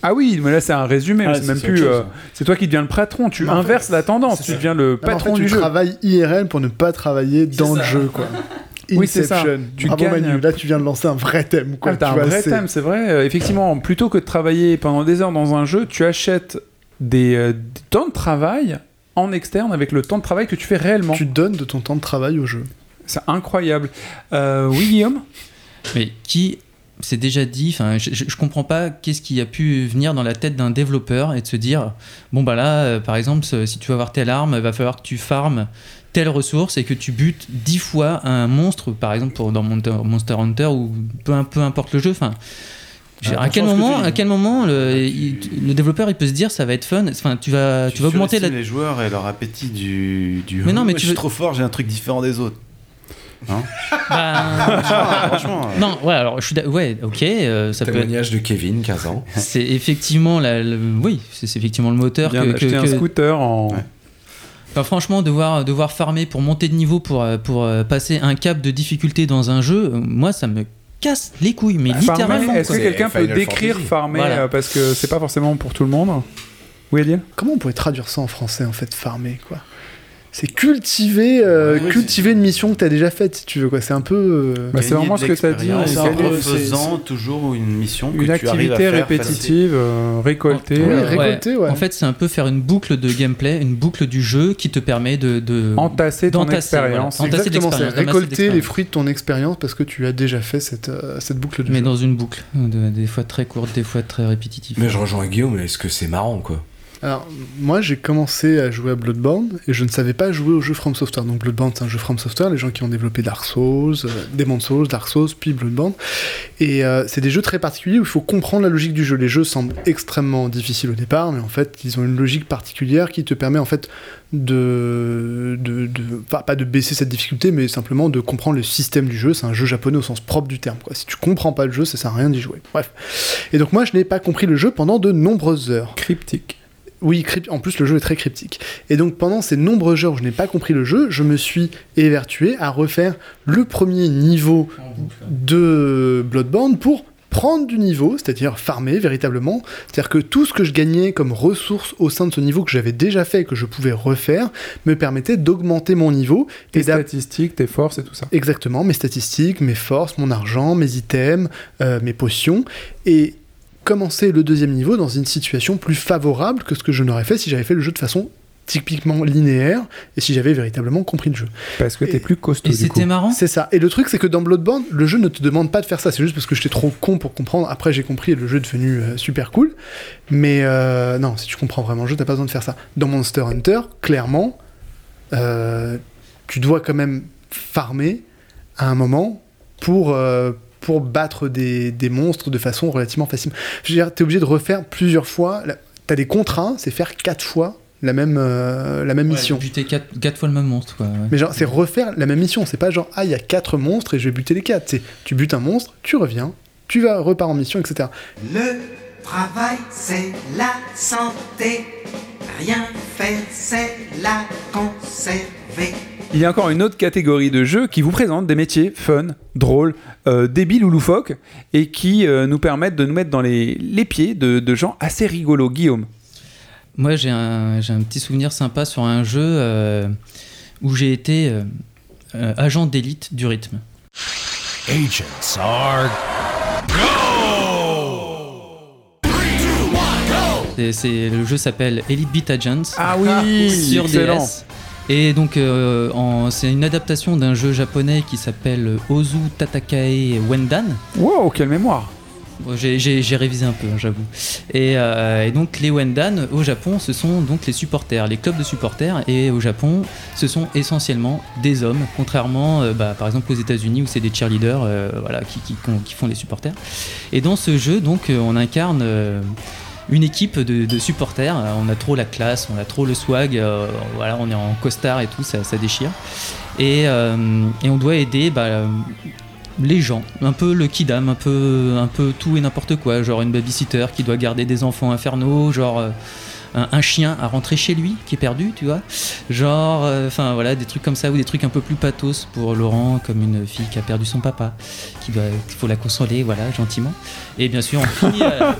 Ah oui, mais là c'est un résumé,
Ah,
c'est
c'est
même
autre
plus...
chose.
euh, c'est toi qui deviens le patron, tu
Mais en fait,
inverses la tendance, tu deviens le
Non, mais en
patron
fait,
du
tu
jeu.
travailles IRL pour ne pas travailler dans le jeu, quoi.
Oui, c'est ça.
Inception.
Tu
Bravo,
gagnes.
Manu. Là, tu viens de lancer un vrai thème, quoi.
Ah, t'as
Tu
un
vois,
vrai
c'est-
thème, c'est vrai. Euh, effectivement, plutôt que de travailler pendant des heures dans un jeu, tu achètes des, euh, des temps de travail en externe avec le temps de travail que tu fais réellement. Tu
donnes de ton temps de travail au jeu.
C'est incroyable. Euh, oui, Guillaume
Mais qui s'est déjà dit, enfin, je, je- je comprends pas qu'est-ce qui a pu venir dans la tête d'un développeur et de se dire, bon bah là, euh, par exemple, ce- si tu veux avoir telle arme, il va falloir que tu farmes telle ressource et que tu butes dix fois un monstre, par exemple pour, dans Monster, Monster Hunter ou peu, peu importe le jeu, enfin. je-
Ah,
à quel
attention à ce que
moment,
tu dis.
à quel moment le, il- le développeur il peut se dire ça va être fun, enfin tu vas, Ah, tu vas augmenter la,
Surestime les joueurs et leur appétit du. du oh,
Mais non, mais
je
tu
suis
veux-
trop fort, j'ai un truc différent des autres. Hein
Bah,
Franchement, euh.
Non, ouais, alors je suis. d'a- Ouais, ok, euh, ça peut.
Témoignage de Kevin, 15 ans.
C'est effectivement la. le- Oui, c'est c'est effectivement le moteur
Bien
que.
d'acheter
que-
un
que-
scooter en...
Enfin, Bah, franchement, devoir, devoir farmer pour monter de niveau, pour, euh, pour euh, passer un cap de difficulté dans un jeu, euh, moi, ça me casse les couilles, mais
Bah,
Farmer,
littéralement.
Est-ce que
quoi.
quelqu'un peut décrire farmer
Voilà.
euh, Parce que c'est pas forcément pour tout le monde. Oui, Adil
Comment on pourrait traduire ça en français, en fait, farmer, quoi c'est cultiver, euh, cultiver une mission que t'as déjà faite, si tu veux. quoi. C'est un peu. euh,
Bah, c'est vraiment ce que t'as dit.
Ouais,
c'est
c'est un peu-
gagner-
c'est-
c'est-
faisant toujours une mission que
Une
tu arrives à
activité
faire
répétitive, euh, récoltée.
En fait, c'est un peu faire une boucle de gameplay, une boucle du jeu qui te permet de. de
euh, Entasser ton
d'entasser, voilà,
expérience.
d'entasser
Exactement, c'est
l'expérience, d'amasser
récolter les
l'expérience.
fruits de ton expérience parce que tu as déjà fait cette, euh, cette boucle de
Mais
jeu.
dans une boucle, hein, de- des fois très courte, des fois très répétitive.
Mais je rejoins Guillaume, est-ce que c'est marrant quoi
Alors, moi, j'ai commencé à jouer à Bloodborne et je ne savais pas jouer au jeu From Software. Donc, Bloodborne, c'est un jeu From Software. Les gens qui ont développé Dark Souls, euh, Demon's Souls, Dark Souls, puis Bloodborne. Et euh, c'est des jeux très particuliers où il faut comprendre la logique du jeu. Les jeux semblent extrêmement difficiles au départ, mais en fait, ils ont une logique particulière qui te permet en fait de, de, de- enfin, pas de baisser cette difficulté, mais simplement de comprendre le système du jeu. C'est un jeu japonais au sens propre du terme. Quoi. Si tu comprends pas le jeu, ça sert à rien d'y jouer. Bref. Et donc moi, je n'ai pas compris le jeu pendant de nombreuses heures.
Cryptique.
Oui, crypt- en plus le jeu est très cryptique. Et donc pendant ces nombreux heures où je n'ai pas compris le jeu, je me suis évertué à refaire le premier niveau de Bloodborne pour prendre du niveau, c'est-à-dire farmer véritablement, c'est-à-dire que tout ce que je gagnais comme ressources au sein de ce niveau que j'avais déjà fait et que je pouvais refaire me permettait d'augmenter mon niveau
Tes statistiques, tes forces et tout ça.
Exactement, mes statistiques, mes forces, mon argent, mes items, euh, mes potions, et commencer le deuxième niveau dans une situation plus favorable que ce que je n'aurais fait si j'avais fait le jeu de façon typiquement linéaire et si j'avais véritablement compris le jeu.
Parce que t'es plus costaud.
Et
du coup.
c'était marrant. C'est ça. Et le truc, c'est que dans Bloodborne, le jeu ne te demande pas de faire ça. C'est juste parce que j'étais trop con pour comprendre. Après, j'ai compris et le jeu est devenu euh, super cool. Mais euh, non, si tu comprends vraiment le jeu, t'as pas besoin de faire ça. Dans Monster Hunter, clairement, euh, tu dois quand même farmer à un moment pour, euh, pour battre des, des monstres de façon relativement facile. Je veux dire, t'es obligé de refaire plusieurs fois. la- T'as des contraints, c'est faire quatre fois la même, euh, la même mission.
Buter 4, fois le même monstre, quoi. ouais.
Mais genre, c'est refaire la même mission. C'est pas genre, ah, il y a quatre monstres et je vais buter les quatre. C'est, tu butes un monstre, tu reviens, tu vas, repars en mission, etc.
Le travail, c'est la santé. Rien faire, c'est la conserver.
Il y a encore une autre catégorie de jeux qui vous présente des métiers fun, drôles, euh, débiles ou loufoques, et qui euh, nous permettent de nous mettre dans les, les pieds de, de gens assez rigolos. Guillaume,
Moi, j'ai un, j'ai un petit souvenir sympa sur un jeu euh, où j'ai été euh, euh, agent d'élite du rythme.
Agents are
C'est- c'est- le jeu s'appelle Elite Beat Agents.
Ah oui,
sur
excellent.
DS. Et donc, euh, en- c'est une adaptation d'un jeu japonais qui s'appelle Ozu Tatakae Wendan.
Wow, quelle mémoire
Bon, j'ai- J'ai j'ai révisé un peu, hein, j'avoue. Et, euh, et donc les Wendan au Japon, ce sont donc les supporters, les clubs de supporters. Et au Japon, ce sont essentiellement des hommes, contrairement, euh, bah, par exemple aux États-Unis où c'est des cheerleaders, euh, voilà, qui, qui- qui font les supporters. Et dans ce jeu, donc, euh, on incarne. euh, une équipe de, de supporters. Euh, On a trop la classe, on a trop le swag. euh, voilà, on est en costard et tout, ça, ça déchire. Et, euh, et on doit aider bah, euh, les gens, un peu le kidam, un peu, un peu tout et n'importe quoi. Genre une babysitter qui doit garder des enfants infernaux, genre. euh, un, un chien à rentrer chez lui qui est perdu, tu vois. Genre, euh, enfin voilà, des trucs comme ça ou des trucs un peu plus pathos pour Laurent, comme une fille qui a perdu son papa, qui doit, qu'il faut la consoler, voilà, gentiment. Et bien sûr, on finit, euh,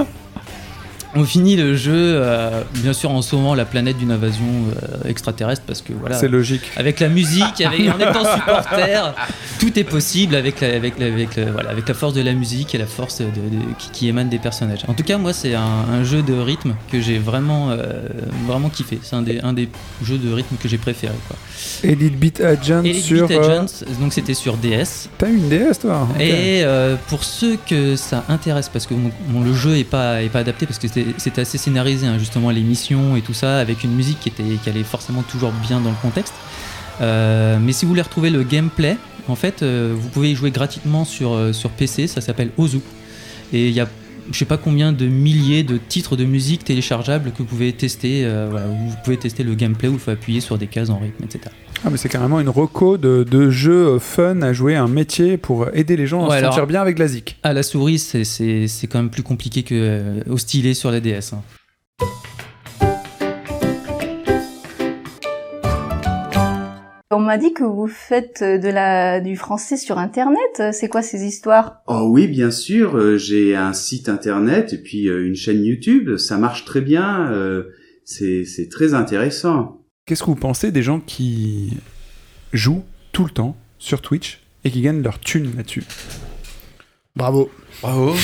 on finit le jeu, euh, bien sûr, en sauvant la planète d'une invasion euh, extraterrestre parce que voilà.
C'est logique.
Avec la musique, avec, en étant supporter, tout est possible avec la, avec, la, avec, la- voilà, avec la force de la musique et la force de- de- qui, qui émane des personnages. En tout cas, moi, c'est un, un jeu de rythme que j'ai vraiment, euh, vraiment kiffé. C'est un des, un des jeux de rythme que j'ai préféré. Quoi.
Elite Beat Agent
Elite
sur.
Beat
euh,
Agents, donc c'était sur DS.
T'as une DS toi ok.
Et euh, pour ceux que ça intéresse, parce que bon, bon, le jeu est pas, est pas adapté, parce que c'était- c'était assez scénarisé, hein, justement, les missions et tout ça, avec une musique qui, était, qui allait forcément toujours bien dans le contexte. Euh, mais si vous voulez retrouver le gameplay, en fait, euh, vous pouvez y jouer gratuitement sur, euh, sur PC, ça s'appelle Ozu. Et il y a je sais pas combien de milliers de titres de musique téléchargeables que vous pouvez tester, euh, voilà, où vous pouvez tester le gameplay où il faut appuyer sur des cases en rythme, etc.
Ah, mais c'est carrément une reco de, de jeux euh, fun à jouer, un métier pour aider les gens à
Ouais,
se
alors-
sentir bien avec la zik.
À la souris, c'est- c'est c'est quand même plus compliqué que euh, au stylet sur la DS. hein.
On m'a dit que vous faites de la, du français sur Internet. C'est quoi ces histoires
Oh oui, bien sûr, euh, j'ai un site internet et puis euh, une chaîne YouTube, ça marche très bien. euh,
C'est c'est très intéressant.
Qu'est-ce que vous pensez des gens qui jouent tout le temps sur Twitch et qui gagnent leur thune là-dessus
Bravo.
Bravo.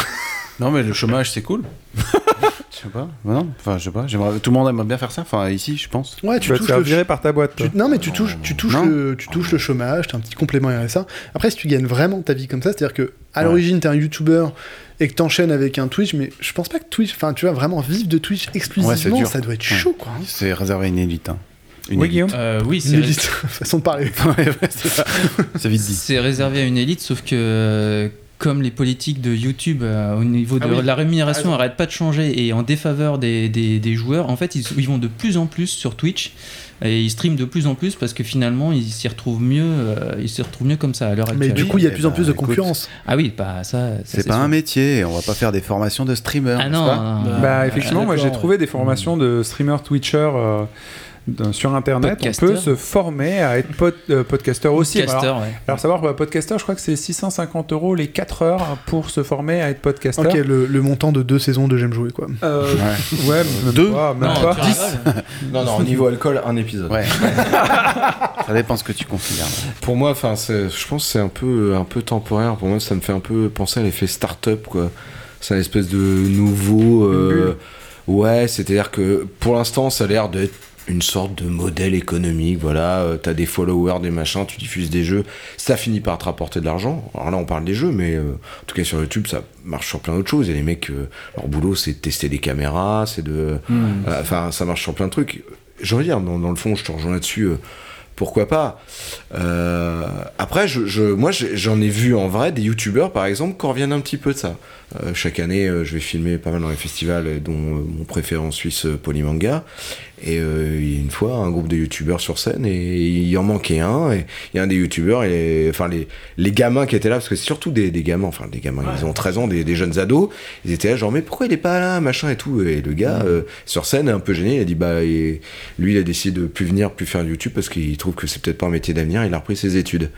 non, mais le chômage, c'est cool. Je sais pas, Ouais, non, enfin je sais pas, j'aimerais, tout le monde aimerait bien faire ça, enfin ici je pense.
Ouais, tu
vas te
touches
faire
le
virer par ta boîte.
Tu- non, mais tu touches, tu touches, le, tu touches le chômage, t'as un petit complément RSA. Après, si tu gagnes vraiment ta vie comme ça, c'est-à-dire que à l'origine t'es un YouTuber et que t'enchaînes avec un Twitch, mais je pense pas que Twitch, enfin tu vas vraiment vivre de Twitch exclusivement, ça doit être
Ouais.
chaud quoi. hein.
C'est réservé à une élite. hein. Une élite.
Euh, Oui, c'est
Une élite, façon de parler.
C'est vite
C'est réservé à une élite, sauf que euh, comme les politiques de YouTube euh, au niveau de
Ah oui.
la rémunération
Ah oui.
n'arrêtent pas de changer et en défaveur des, des- des joueurs, en fait, ils, ils vont de plus en plus sur Twitch et ils streament de plus en plus parce que finalement, ils s'y retrouvent mieux, euh, ils s'y retrouvent mieux comme ça à l'heure
Mais
actuelle.
du coup, il y a de plus en plus de concurrence.
Ah oui, bah ça, ça,
C'est pas
sûr.
un métier, on va pas faire des formations de streamer.
Ah
n'est-ce
non,
pas
non, non.
Bah, effectivement, moi j'ai trouvé des formations de streamers, twitchers euh, d'un- sur internet.
Podcasteur.
On peut se former à être pod- euh, podcasteur aussi.
Podcasteur,
alors,
ouais.
alors, savoir, bah, podcasteur, je crois que c'est 650 euros les 4 heures pour se former à être podcasteur.
Ok, le, le montant de deux saisons de J'aime jouer quoi.
Euh, ouais, même
Deux
pas, même
Non,
pas.
tu rigoles.
Non, non, niveau alcool, un épisode.
Ouais. Ça dépend ce que tu considères.
Pour moi, enfin, c'est- je pense que c'est un peu, un peu temporaire. Pour moi, ça me fait un peu penser à l'effet start-up, quoi. C'est un espèce de nouveau. euh, ouais, c'est-à-dire que pour l'instant, ça a l'air d'être une sorte de modèle économique. Voilà, euh, t'as des followers, des machins, tu diffuses des jeux. Ça finit par te rapporter de l'argent. Alors là, on parle des jeux, mais euh, en tout cas sur YouTube, ça marche sur plein d'autres choses. Et les mecs, euh, leur boulot, c'est de tester des caméras, c'est de.
Mm.
Euh, Enfin, ça marche sur plein de trucs. J'ai envie de dire, dans, dans le fond, je te rejoins là-dessus. euh, pourquoi pas Euh, Après, je, je- moi, j'ai- j'en ai vu en vrai des youtubeurs, par exemple, qui reviennent un petit peu de ça. Euh, chaque année, euh, je vais filmer pas mal dans les festivals, et dont euh, mon préféré en Suisse, euh, Polymanga. Et euh, il y a une fois, un groupe de youtubeurs sur scène, et il en manquait un. Et il y a un des youtubeurs, et les- enfin les, les gamins qui étaient là, parce que c'est surtout des, des gamins, enfin des gamins, ils ont 13 ans, des, des jeunes ados, ils étaient là genre mais pourquoi il est pas là, machin et tout. Et le gars euh, sur scène, un peu gêné, il a dit bah et- lui il a décidé de plus venir, plus faire de YouTube parce qu'il trouve que c'est peut-être pas un métier d'avenir, il a repris ses études.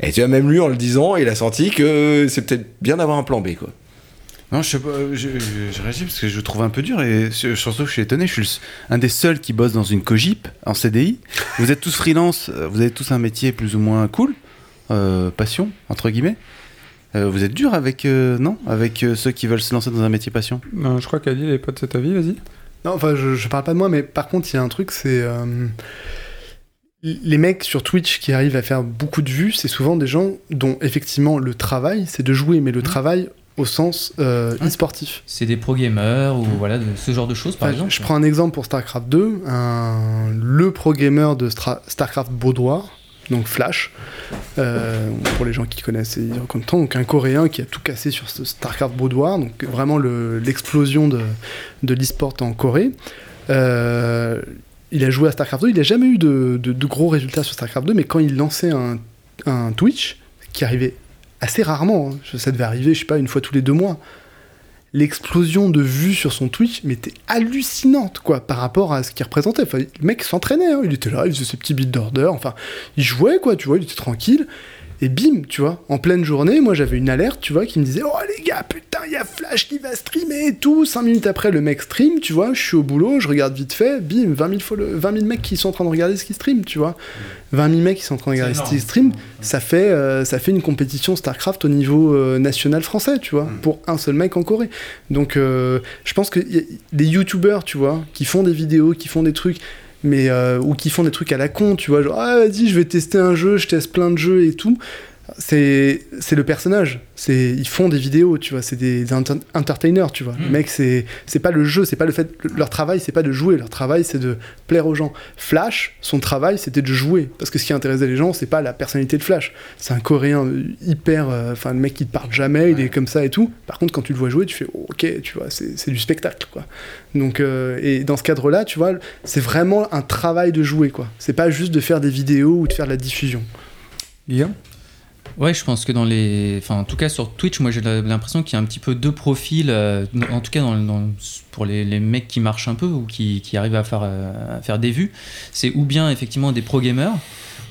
Et tu vois même lui en le disant, il a senti que c'est peut-être bien d'avoir un plan B quoi.
Non, je sais pas, euh, je, je- je réagis parce que je le trouve un peu dur et sur- surtout que je suis étonné, je suis le s- un des seuls qui bosse dans une cogip en CDI. Vous êtes tous freelance, euh, vous avez tous un métier plus ou moins cool, euh, passion entre guillemets. Euh, vous êtes dur avec euh, non avec euh, ceux qui veulent se lancer dans un métier passion.
Non, je crois qu'Adi, il est pas de cet avis, vas-y.
Non, enfin, je, je parle pas de moi, mais par contre, il y a un truc, c'est. euh, les mecs sur Twitch qui arrivent à faire beaucoup de vues, c'est souvent des gens dont, effectivement, le travail, c'est de jouer, mais le travail au sens euh, e-sportif.
C'est des pro-gamers ou voilà, de- ce genre de choses, par
Enfin,
exemple.
je prends un exemple pour StarCraft 2, un- le pro gamer de Stra- StarCraft Baudoir, donc Flash, euh, pour les gens qui connaissent et ils reconnaîtront, donc un Coréen qui a tout cassé sur ce StarCraft Baudoir, donc vraiment le- l'explosion de, de l'e-sport en Corée. Euh, il a joué à StarCraft 2, il n'a jamais eu de, de- de gros résultats sur StarCraft 2, mais quand il lançait un, un Twitch, qui arrivait assez rarement, hein, ça devait arriver, je sais pas, une fois tous les deux mois, l'explosion de vues sur son Twitch mais était hallucinante quoi par rapport à ce qu'il représentait. Enfin, le mec s'entraînait, hein, il était là, il faisait ses petits beats d'order, enfin il jouait quoi, tu vois, il était tranquille. Et bim, tu vois, en pleine journée, moi j'avais une alerte, tu vois, qui me disait Oh les gars, putain, il y a Flash qui va streamer et tout. Cinq minutes après, le mec stream, tu vois, je suis au boulot, je regarde vite fait, bim, 20 000, follow- 20 000 mecs qui sont en train de regarder ce qui stream, tu vois. 20 000 mecs qui sont en train de regarder ce qui stream, ça fait, euh, ça fait une compétition StarCraft au niveau euh, national français, tu vois, pour un seul mec en Corée. Donc euh, je pense que y a- les youtubeurs, tu vois, qui font des vidéos, qui font des trucs, mais euh, ou qui font des trucs à la con, tu vois, genre ah vas-y, je vais tester un jeu, je teste plein de jeux et tout. C'est c'est le personnage. C'est ils font des vidéos, tu vois, c'est des enter- entertainers, tu vois. Les mecs, c'est c'est pas le jeu, c'est pas le fait le- leur travail, c'est pas de jouer, leur travail c'est de plaire aux gens. Flash, son travail, c'était de jouer parce que ce qui intéressait les gens, c'est pas la personnalité de Flash. C'est un coréen euh, hyper euh, enfin le mec qui te parle jamais, il est comme ça et tout. Par contre, quand tu le vois jouer, tu fais oh, OK, tu vois, c'est c'est du spectacle quoi. Donc euh, et dans ce cadre-là, tu vois, c'est vraiment un travail de jouer quoi. C'est pas juste de faire des vidéos ou de faire de la diffusion.
Guillaume
Ouais, je pense que dans les. Enfin, en tout cas, sur Twitch, moi j'ai la- l'impression qu'il y a un petit peu deux profils, euh, en tout cas dans, dans- pour les, les mecs qui marchent un peu ou qui, qui arrivent à faire, euh, à faire des vues. C'est ou bien effectivement des pro-gamers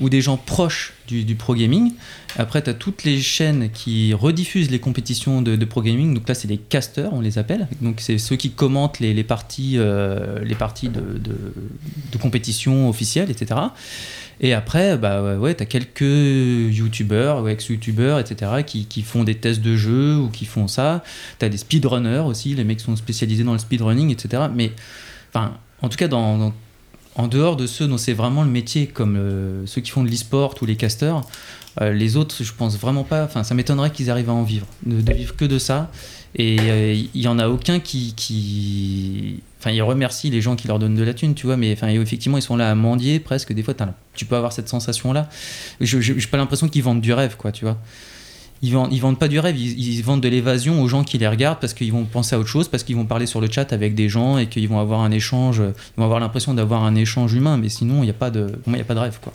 ou des gens proches du, du pro gaming. Après, tu as toutes les chaînes qui rediffusent les compétitions de, de pro gaming. Donc là, c'est des casters, on les appelle. Donc c'est ceux qui commentent les, les parties, euh, les parties de, de, de compétition officielles, etc. Et après, bah ouais, ouais, t'as quelques youtubeurs ou ex-youtubeurs, etc., qui, qui font des tests de jeux ou qui font ça. T'as des speedrunners aussi, les mecs qui sont spécialisés dans le speedrunning, etc. Mais, enfin, en tout cas, dans, dans- en dehors de ceux dont c'est vraiment le métier, comme euh, ceux qui font de l'e-sport ou les casters, euh, les autres, je pense vraiment pas. Enfin, ça m'étonnerait qu'ils arrivent à en vivre, de, de vivre que de ça. Et euh, il y en a aucun qui, qui- Enfin, ils remercient les gens qui leur donnent de la thune, tu vois, mais enfin, effectivement, ils sont là à mendier presque. Des fois, t'as- tu peux avoir cette sensation-là. Je je- j'ai pas l'impression qu'ils vendent du rêve, quoi, tu vois. Ils vendent, ils vendent pas du rêve, ils, ils vendent de l'évasion aux gens qui les regardent parce qu'ils vont penser à autre chose, parce qu'ils vont parler sur le chat avec des gens et qu'ils vont avoir un échange, ils vont avoir l'impression d'avoir un échange humain, mais sinon, il n'y a, pas de- pour moi, il y a pas de rêve, quoi.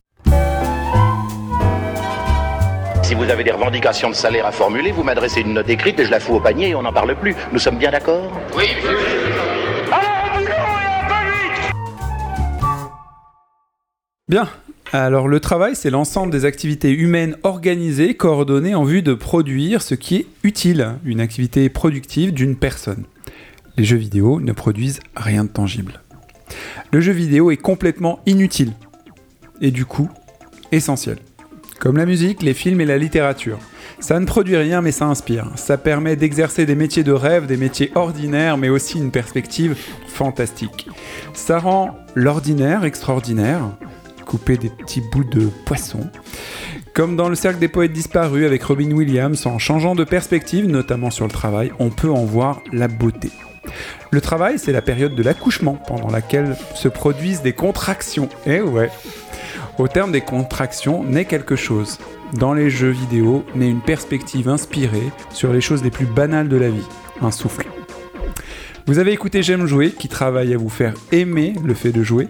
Si vous avez des revendications de salaire à formuler, vous m'adressez une note écrite et je la fous au panier et on n'en parle plus. Nous sommes bien d'accord
Oui,
Bien. Alors le travail, c'est l'ensemble des activités humaines organisées, coordonnées en vue de produire ce qui est utile, une activité productive d'une personne. Les jeux vidéo ne produisent rien de tangible. Le jeu vidéo est complètement inutile et du coup essentiel. Comme la musique, les films et la littérature. Ça ne produit rien mais ça inspire. Ça permet d'exercer des métiers de rêve, des métiers ordinaires mais aussi une perspective fantastique. Ça rend l'ordinaire extraordinaire, couper des petits bouts de poisson. Comme dans le cercle des poètes disparus avec Robin Williams, en changeant de perspective, notamment sur le travail, on peut en voir la beauté. Le travail, c'est la période de l'accouchement pendant laquelle se produisent des contractions. Eh ouais. Au terme des contractions naît quelque chose. Dans les jeux vidéo, naît une perspective inspirée sur les choses les plus banales de la vie. Un souffle. Vous avez écouté J'aime jouer qui travaille à vous faire aimer le fait de jouer.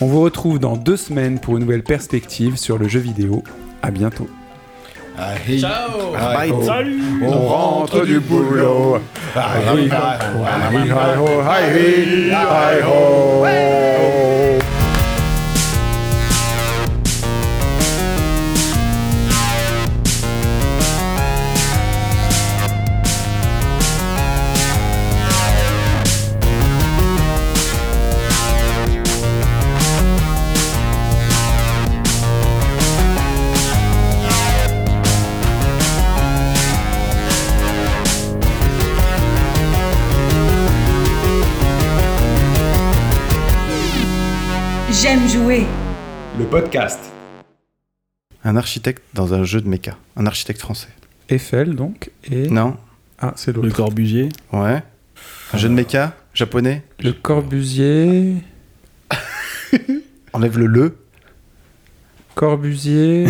On vous retrouve dans deux semaines pour une nouvelle perspective sur le jeu vidéo. À bientôt.
Ciao
Bye.
Salut
On rentre du boulot. Ah
J'aime jouer.
Le podcast. Un architecte dans un jeu de méca. Un architecte français.
Eiffel, donc. Et...
Non.
Ah, c'est l'autre. Le
Corbusier. Ouais. Un jeu de méca japonais.
Le Corbusier.
Enlève le le.
Corbusier.